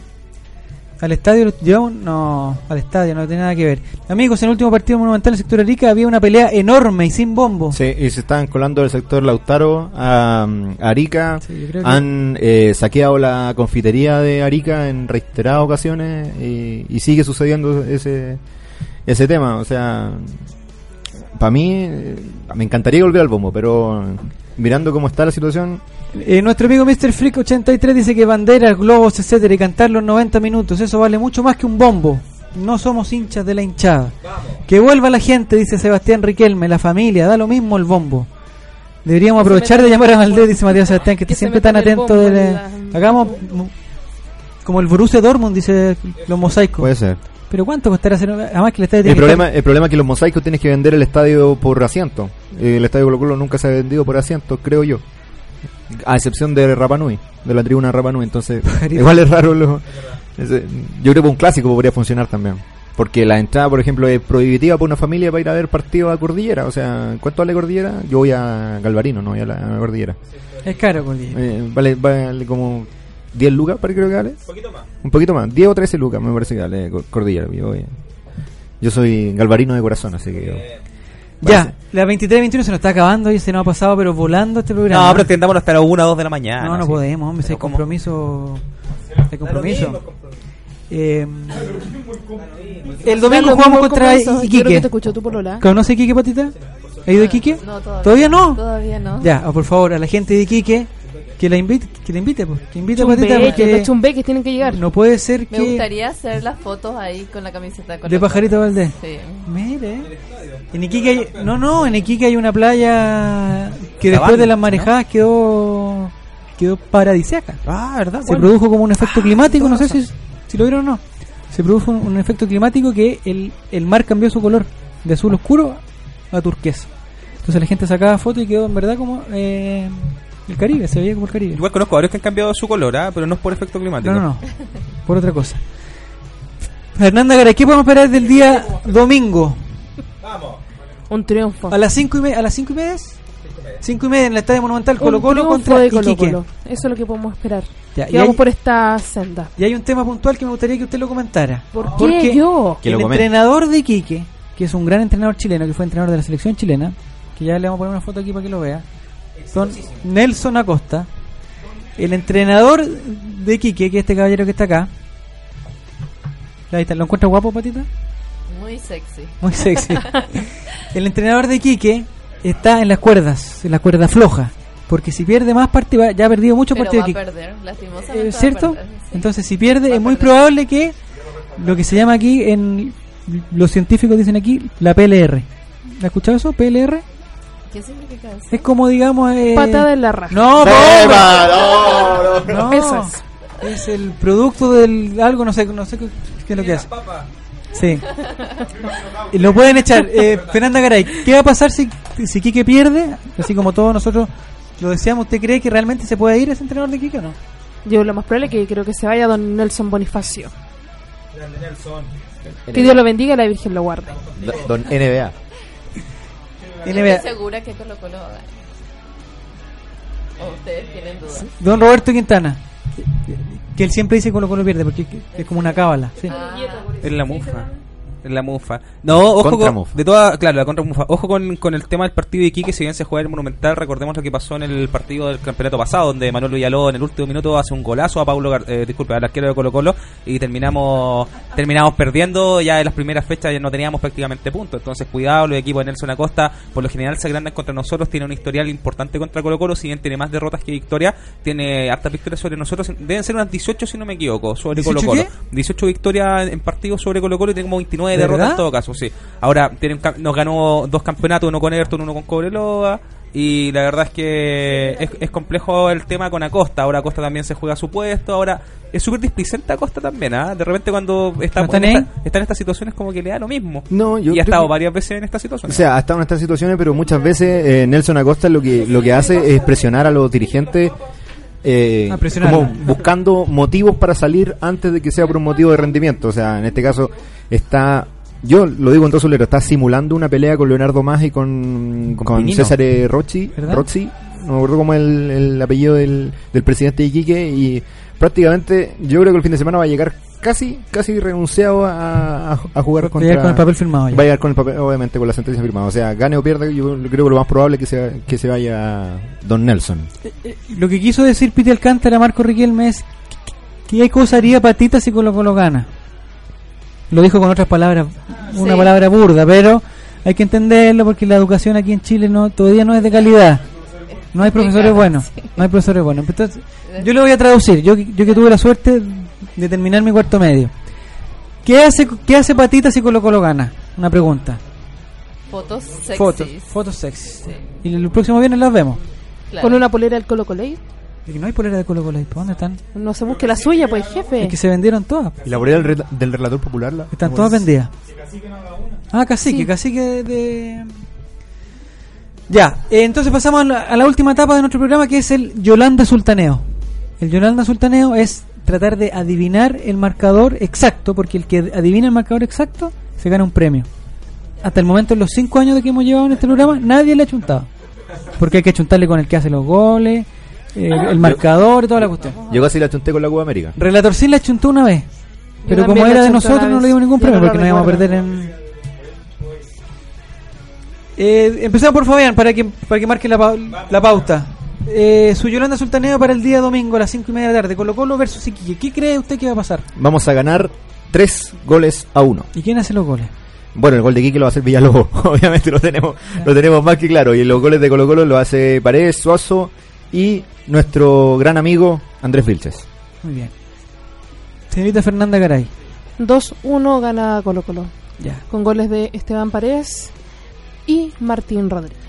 Al estadio, lo- yo no, al estadio no tiene nada que ver. Amigos, en el último partido monumental del sector Arica había una pelea enorme y sin bombo.
Sí, y se están colando del sector Lautaro a um, Arica.
creo que-
Han eh, saqueado la confitería de Arica en reiteradas ocasiones y, y sigue sucediendo ese, ese tema. O sea, para mí eh, me encantaría volver al bombo, pero mirando cómo está la situación.
Eh, nuestro amigo Mr. Freak 83 dice que banderas, globos, etcétera, y cantarlo en 90 minutos, eso vale mucho más que un bombo. No somos hinchas de la hinchada. Que vuelva la gente, dice Sebastián Riquelme, la familia, da lo mismo el bombo. Deberíamos aprovechar de llamar a Valdés, dice Matías Sebastián, que está siempre tan atento. De la- Hagamos mu- como el Borussia Dortmund, dice los mosaicos.
Puede ser.
Pero ¿cuánto costará hacer? Además que el estadio
Pues- El
tiene que
problema, el problema es que los mosaicos tienes que vender el estadio por asiento. Eh, El estadio Colo Colo nunca se ha vendido por asiento, creo yo. A excepción de Rapanui, de la tribuna Rapanui. Entonces, igual es raro. Lo, ese- yo creo que un clásico podría funcionar también. Porque la entrada, por ejemplo, es prohibitiva para una familia para ir a ver partido a Cordillera. O sea, en cuanto vale Cordillera, yo voy a Galvarino, no voy a la, a la Cordillera.
estar- Es caro, Cordillera.
Eh, vale, vale como 10 lucas, para creo que vale. Un poquito más. Un poquito más, 10 o 13 lucas me parece que vale eh, Cor- Cordillera. Yo, voy- yo soy galvarino de corazón, así que...
Ya, la 23-21 se nos está acabando y se nos ha pasado, pero volando este programa.
No, pero entendámonos hasta las 1 o 2 de la mañana.
No, no
así.
podemos, hombre, si hay compromiso. si hay compromiso. Eh, el domingo
Da lo
jugamos
mismo
contra
compromiso,
Iquique.
quiero que te escuchó tu polola.
¿Conoce Iquique, Patita? ¿Ha ido a Iquique?
No, todavía.
no?
Todavía no.
Ya, ah, por favor, a la gente de Iquique, que la invite, que la invite, pues, que invite a Patita.
Chumbeque,
porque
los chumbeques tienen que llegar.
No puede ser
Me
que...
gustaría hacer las fotos ahí con la camiseta. Con
De
los
Pajarito
colores.
Valdés.
Sí.
Mire. En Iquique hay, no, no, en Iquique hay una playa que después
Cabañas,
de las marejadas quedó quedó paradisiaca.
Ah, ¿verdad? Ah,
Se
¿Cuál?
produjo como un efecto climático, no sé si, si lo vieron o no. Se produjo un, un efecto climático que el, el mar cambió su color de azul oscuro a turquesa. Entonces la gente sacaba fotos y quedó en verdad como eh, el Caribe, se veía como el Caribe.
Igual conozco a varios que han cambiado su color, ah, pero no es por efecto climático.
No, no, no. Por otra cosa. Fernanda Garay, ¿qué podemos esperar del día domingo?
Un triunfo.
A las cinco y media, a las cinco y media, es? cinco y media en la estadio monumental Colo Colo
triunfo
contra
de
Iquique.
Colo-Colo. Eso es lo que podemos esperar.
Ya,
que
y
vamos
hay-
por esta senda.
Y hay un tema puntual que me gustaría que usted lo comentara.
¿Por qué
Porque
yo?
Que
el
lo comente.
entrenador de Iquique, que es un gran entrenador chileno, que fue entrenador de la selección chilena, que ya le vamos a poner una foto aquí para que lo vea, son Nelson Acosta, el entrenador de Iquique, que es este caballero que está acá. Ahí está, ¿lo encuentra guapo, patita?
Muy sexy.
Muy sexy. El entrenador de Quique está en las cuerdas, en la cuerda floja. Porque si pierde más partidos, ya ha perdido muchos
Pero va
partidos
a
de
perder, lastimosamente.
Quique. Eh,
va a
¿Cierto?
perder.
Entonces, si pierde, es muy probable que lo que se llama aquí, en los científicos dicen aquí, la PLR. ¿La has escuchado eso? PLR.
¿Qué significa eso?
Es como, digamos. eh,
Patada en la raja.
No,
¡Beba!
no,
no. Eso es.
Es el producto del algo, no sé, no sé qué, qué es lo que hace. Sí. Y Lo pueden echar. Eh, Fernanda Garay, ¿qué va a pasar si, si Quique pierde? Así como todos nosotros lo deseamos, ¿usted cree que realmente se puede ir ese entrenador de Quique o no?
Yo lo más probable es que creo que se vaya don Nelson Bonifacio. Que Dios lo bendiga y la Virgen lo guarde.
Do- Don NBA.
NBA.
Estoy segura que Colo Colo va a ganar. ¿O ustedes tienen dudas?
Don Roberto Quintana, que él siempre dice que Colo Colo pierde, porque es como una cábala. sí.
Es la mufa. Es la mufa. No, ojo
Contra
con,
mufa.
de toda, claro, la contra mufa. Ojo con, con el tema del partido de Iquique, si bien se juega el Monumental, recordemos lo que pasó en el partido del campeonato pasado, donde Manuel Villalobos en el último minuto hace un golazo a Pablo, Gar- eh, disculpe, al arquero de Colo Colo y terminamos terminamos perdiendo ya en las primeras fechas ya no teníamos prácticamente puntos. Entonces, cuidado, los equipos de Nelson Acosta por lo general se agrandan contra nosotros, tiene un historial importante contra Colo Colo, si bien tiene más derrotas que victorias, tiene hartas victorias sobre nosotros, deben ser unas 18 si no me equivoco, sobre Colo
¿18
Colo.
qué?
18 victorias en partidos sobre Colo Colo y tiene como 29
¿De
derrotas
verdad?
en todo caso, sí. Ahora tiene un cam- nos ganó dos campeonatos, uno con Everton, uno con Cobreloa. Y la verdad es que es, es complejo el tema con Acosta. Ahora Acosta también se juega su puesto. Ahora es súper displicente Acosta también. ¿ah? De repente cuando está,
¿No está
en
ahí?
esta- está en estas situaciones como que le da lo mismo.
No, yo
y
creo
ha estado
que-
varias veces en estas
O
situaciones.
sea, ha estado en estas situaciones, pero muchas veces eh, Nelson Acosta lo que, lo que hace es presionar a los dirigentes. eh,
Ah, presionarlo.
como buscando motivos para salir antes de que sea por un motivo de rendimiento. O sea, en este caso está, yo lo digo en todo solero, está simulando una pelea con Leonardo Más y con, con
Pinino.
César eh, Rochi,
¿Verdad?
Roxy, no me acuerdo cómo es el, el apellido del, del presidente de Iquique y prácticamente yo creo que el fin de semana va a llegar casi, casi renunciado a, a- a jugar
Va a llegar
contra,
con el papel firmado ya.
Va a llegar con el papel, obviamente, con la sentencia firmada. O sea, gane o pierda, yo creo que lo más probable es que se, que se vaya Don Nelson.
Lo que quiso decir Piti Alcántara a Marco Riquelme es que- que- ¿qué cosa haría Patita si Colo Colo gana? Lo dijo con otras palabras, una
Sí.
palabra burda, pero hay que entenderlo porque la educación aquí en Chile no todavía no es de calidad. No hay profesores buenos. No hay profesores buenos. Entonces, yo lo voy a traducir. Yo, yo que tuve la suerte de terminar mi cuarto medio. ¿Qué hace, qué hace Patita si Colo Colo gana? Una pregunta.
Fotos sexys.
Fotos, fotos sexys. Y el próximo viernes las vemos.
Claro.
Con una polera del Colo Colo.
Y que no hay polera de Colo Colo. ahí, ¿por ¿Dónde están?
No se busque la suya, pues, jefe.
Es que se vendieron todas.
¿Y la polera del, re- del relator popular? La,
Están todas vendidas. Ah, cacique,
Sí.
cacique de... de- Ya, eh, entonces pasamos a la, a la última etapa de nuestro programa que es el Yolanda Sultaneo. El Yolanda Sultaneo es tratar de adivinar el marcador exacto, porque el que adivina el marcador exacto se gana un premio. Hasta el momento, en los cinco años de que hemos llevado en este programa, nadie le ha chuntado. Porque hay que chuntarle con el que hace los goles, eh, el marcador, y toda la cuestión.
Llegó así la chunté con la Copa América.
Relator sí la chuntó una vez. Pero como
también
era
la
de
chuntó
nosotros,
una
no
vez.
le dimos ningún
Yo no
premio
la
porque no íbamos a perder
recuerdo.
en. Eh, empezamos por Fabián para que, para que marque la, pau- la pauta. Eh, su Yolanda Sultaneo para el día domingo a las 5 y media de la tarde. Colo Colo versus Iquique. ¿Qué cree usted que va a pasar?
Vamos a ganar tres goles a uno.
¿Y quién hace los goles?
Bueno, el gol de Quique lo va a hacer Villalobos. Obviamente lo tenemos, lo tenemos más que claro. Y los goles de Colo Colo lo hace Paredes, Suazo y nuestro gran amigo Andrés Vilches.
Muy bien. Señorita Fernanda Garay.
2-1 gana Colo Colo.
Ya.
Con goles de Esteban Paredes y Martín Rodríguez.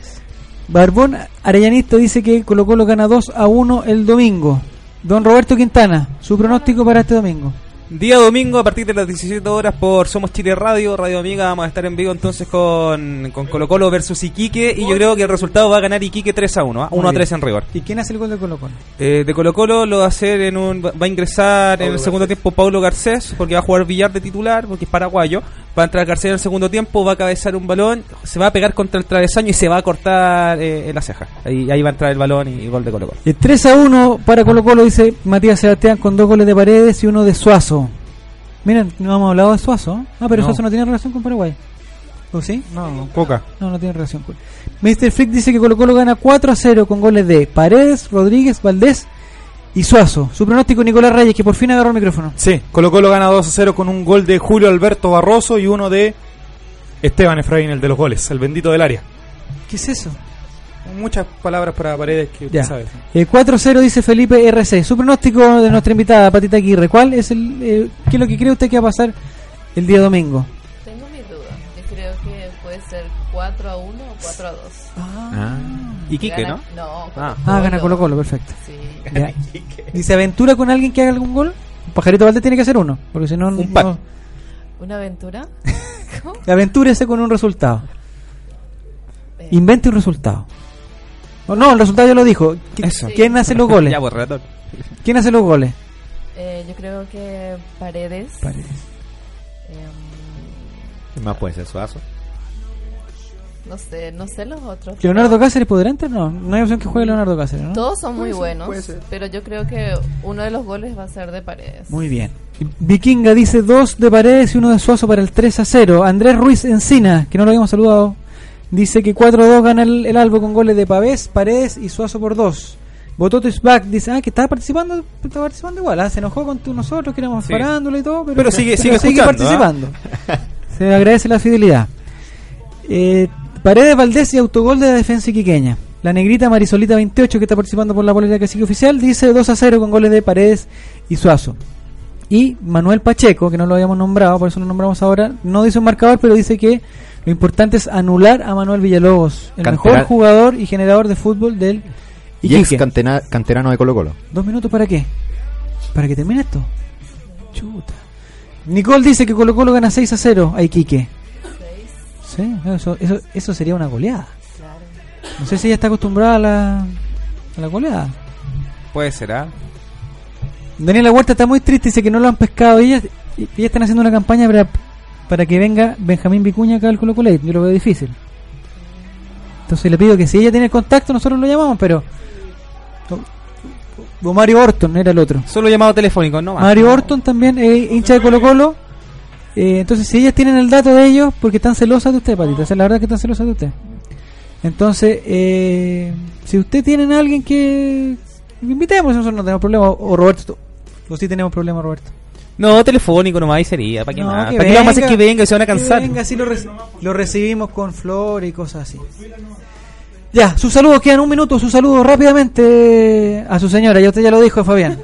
Barbón Arellanistas dice que Colo Colo gana 2 a 1 el domingo. Don Roberto Quintana, su pronóstico para este domingo.
Día domingo a partir de las 17 horas por Somos Chile Radio, Radio Amiga, vamos a estar en vivo entonces con, con Colo Colo versus Iquique y yo creo que el resultado va a ganar Iquique 3 a 1, ¿ah?
Muy
1 a
bien.
3 en rigor.
¿Y quién hace el gol de Colo Colo?
Eh, de Colo Colo lo va a hacer en un va va a ingresar en el segundo tiempo Paulo Garcés porque va a jugar Villar de titular porque es paraguayo va a entrar Garcés en el segundo tiempo va a cabezar un balón se va a pegar contra el travesaño y se va a cortar eh, en la ceja ahí, ahí va a entrar el balón y, y gol de Colo Colo
Eh, 3 a 1 para Colo Colo, dice Matías Sebastián, con dos goles de paredes y uno de Suazo. Miren, no hemos hablado de Suazo. ¿eh? No, Ah, pero
No.
Suazo no tiene relación con Paraguay. ¿O sí? No,
Poca.
no, tiene relación con... Mr. Frick dice que Colo Colo gana 4 a 0 con goles de Paredes, Rodríguez, Valdés y Suazo. Su pronóstico Nicolás Reyes, que por fin agarró el micrófono.
Sí, Colo Colo gana 2 a 0 con un gol de Julio Alberto Barroso y uno de Esteban Efraín, el de los goles, el bendito del área.
¿Qué es eso?
Muchas palabras para paredes que usted
Ya.
sabe.
Eh, 4-0 dice Felipe RC. Su pronóstico de nuestra invitada, Patita Aguirre. ¿Cuál es el, eh, ¿Qué es lo que cree usted que va a pasar el día domingo?
Tengo mi duda. Yo creo que puede ser 4 a 1 o 4 a 2.
Y Quique,
Gana- No,
Ah.
Ah, gana Colo Colo, perfecto.
Sí.
Ya. ¿Y se aventura con alguien que haga algún gol? Pajarito Valdés tiene que hacer uno, porque si no... Un no
¿Una aventura? ¿Cómo?
aventúrese con un resultado. Invente un resultado. No, no, el resultado ya lo dijo. ¿Qui- ¿Quién hace los goles?
ya pues relator
¿Quién hace los goles?
Eh, yo creo que Paredes.
Paredes.
¿Qué más puede ser Suazo?
No sé, no sé los otros.
¿Leonardo Cáceres podrá entrar? No, no hay opción que juegue Leonardo Cáceres, ¿no?
Todos son muy
Puede ser,
buenos,
puede ser.
pero yo creo que uno de los goles va a ser de Paredes.
Muy bien. Vikinga dice dos de Paredes y uno de Suazo para el 3 a 0. Andrés Ruiz Encina, que no lo habíamos saludado, dice que 4 a 2 gana el, el Albo con goles de Pavés, Paredes y Suazo por 2. Bototo is back, dice, ah, que está participando, está participando igual, ah, se enojó con tu- nosotros, que éramos
Sí.
farándula y todo, pero,
Pero sigue- sigue escuchando,
participando. Se le agradece la fidelidad. Eh, Paredes Valdés y autogol de la defensa iquiqueña. La negrita Marisolita 28, que está participando por la polera que sigue oficial, dice 2 a 0 con goles de Paredes y Suazo. Y Manuel Pacheco, que no lo habíamos nombrado, por eso lo nombramos ahora, no dice un marcador, pero dice que lo importante es anular a Manuel Villalobos, el
Cantera-
mejor jugador y generador de fútbol del
Y ex
Iquique.
cantena- canterano de Colo Colo.
¿Dos minutos para qué? ¿Para que termine esto? Chuta. Nicole dice que Colo Colo gana 6 a 0 a Iquique. Sí, eso, eso, eso sería una goleada. No sé si ella está acostumbrada a la, a la goleada.
puede ser ¿ah?
Daniela Huerta está muy triste, dice que no lo han pescado. Y ellas, y ellas están haciendo una campaña para, para que venga Benjamín Vicuña acá al Colo Colo. Yo lo veo difícil. Entonces le pido que si ella tiene el contacto, nosotros lo llamamos, pero... O Mario Orton era el otro.
solo llamado telefónico no más.
Mario Orton también es hincha de Colo Colo. Eh, entonces, si ellas tienen el dato de ellos, porque están celosas de usted, Patita. Esa es la verdad que están celosas de usted. Entonces, eh, si usted tienen a alguien que invitemos, nosotros no tenemos problema. O Roberto, o sí tenemos problema, Roberto.
no telefónico nomás ahí sería para qué
No,
más
que
para qué le vamos a hacer
venga,
que venga que se van a
que
cansar
venga, sí lo, reci- lo recibimos con flor y cosas así. Ya, sus saludos, quedan un minuto, sus saludos rápidamente a su señora, ya usted ya lo dijo, Fabián.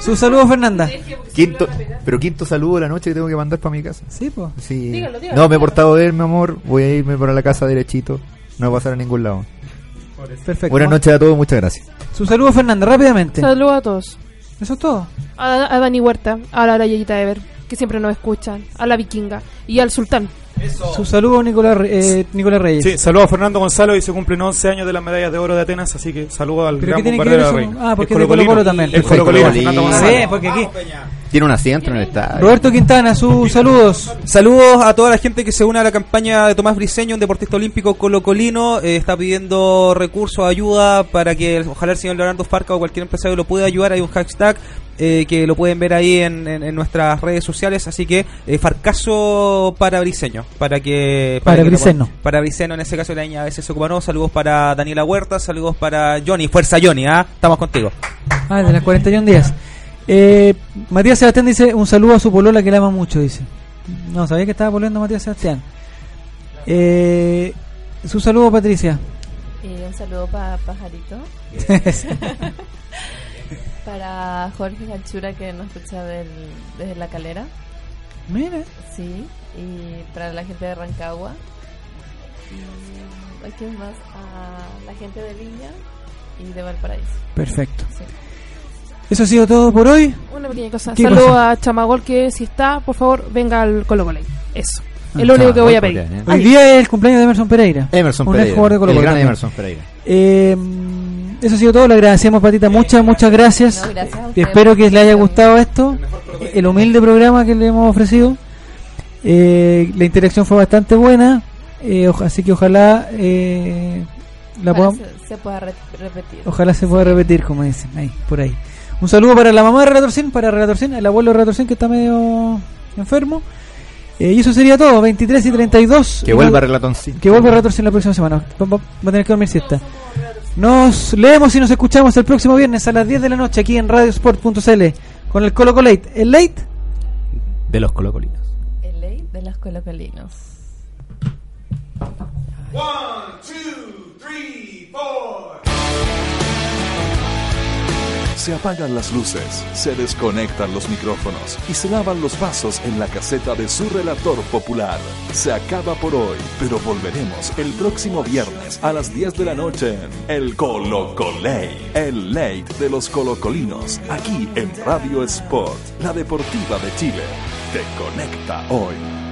sus saludos, Fernanda.
Quinto, pero quinto saludo de la noche que tengo que mandar para mi casa.
Sí, pues.
Sí.
Dígalo, dígalo,
no, me he portado bien, mi amor. Voy a irme para la casa derechito. No va a pasar a ningún lado.
Perfecto.
Buenas noches a todos, muchas gracias.
Sus saludos, Fernanda, rápidamente.
Saludos a todos.
¿Eso es todo?
A, a Dani Huerta, a la Yayita Ever, que siempre nos escuchan, a la Vikinga y al Sultán.
Sus saludos, Nicolás, Re- eh, Nicolás Reyes.
Sí, saludos a Fernando Gonzalo y se cumplen 11 años de las medallas de oro de Atenas, así que saludos al
¿Pero qué
gran
tiene que
bombardero
ver
de la
eso?
reina.
Ah, porque
El
es de Colo Colo
colocolino.
también.
El Colo Colino, Fernando Gonzalo.
Sí, porque aquí.
Tiene un asiento en el estadio.
Roberto Quintana, sus saludos.
Saludos a toda la gente que se une a la campaña de Tomás Briseño, un deportista olímpico colocolino. eh, está pidiendo recursos, ayuda para que ojalá el señor Leonardo Farca o cualquier empresario lo pueda ayudar. Hay un hashtag eh, que lo pueden ver ahí en, en- en nuestras redes sociales. Así que eh, Farcaso para Briseño. Para que.
Para
que lo-
Briseño.
para Briseño, en ese caso, la niña a veces se ocupa, no. Saludos para Daniela Huerta, saludos para Johnny. Fuerza Johnny, ¿ah? estamos contigo.
Ah, el de las 41 días. Eh, Matías Sebastián dice un saludo a su polola que la ama mucho, dice. No, sabía que estaba volviendo Matías Sebastián. Eh, su saludo, Patricia.
Y un saludo para Pajarito. para Jorge Ganchura que nos escucha del- desde la calera.
Mira.
Sí. Y para la gente de Rancagua. Y, ¿A quién más? A la gente de Viña y de Valparaíso.
Perfecto. Eso ha sido todo por hoy.
Una pequeña cosa.
¿Qué
Saludo
cosa?
a Chamagol, que si está, por favor, venga al Colo Colo. Eso.
Ah,
Es lo único que
Chamagol,
voy a pedir.
ok, bien.
Hoy día es el cumpleaños de Emerson Pereira.
¿eh? Emerson
un ex
Pereira,
jugador de Colo-Colo
el gran
también.
Emerson Pereira.
Eh, eso ha sido todo. Le agradecemos, Patita. Muchas, muchas gracias.
No, gracias a
Eh,
ustedes.
Espero que les haya gustado esto. El humilde programa que le hemos ofrecido. Eh, la interacción fue bastante buena. Eh, oja- así que ojalá eh, la
Ojalá
podamos-
se, se pueda re- repetir.
Ojalá se pueda repetir, como dicen, ahí, por ahí. Un saludo para la mamá de Relatorcín, para Relatorcín, el abuelo de Relatorcín que está medio enfermo. Eh, y eso sería todo, 23 y 32.
Que vuelva
Nos-
Relatoncín.
Que vuelva Relatorcín la próxima semana. Va, va- va a tener que dormir siesta. Nos leemos y nos escuchamos el próximo viernes a las 10 de la noche aquí en radiosport.cl con el Colo Colate. El late
De los colocolinos.
El ley de los colocolinos.
Se apagan las luces, se desconectan los micrófonos y se lavan los vasos en la caseta de su relator popular. Se acaba por hoy, pero volveremos el próximo viernes a las 10 de la noche en El Colocolate, el late de los colocolinos, aquí en Radio Sport, la deportiva de Chile. Te conecta hoy.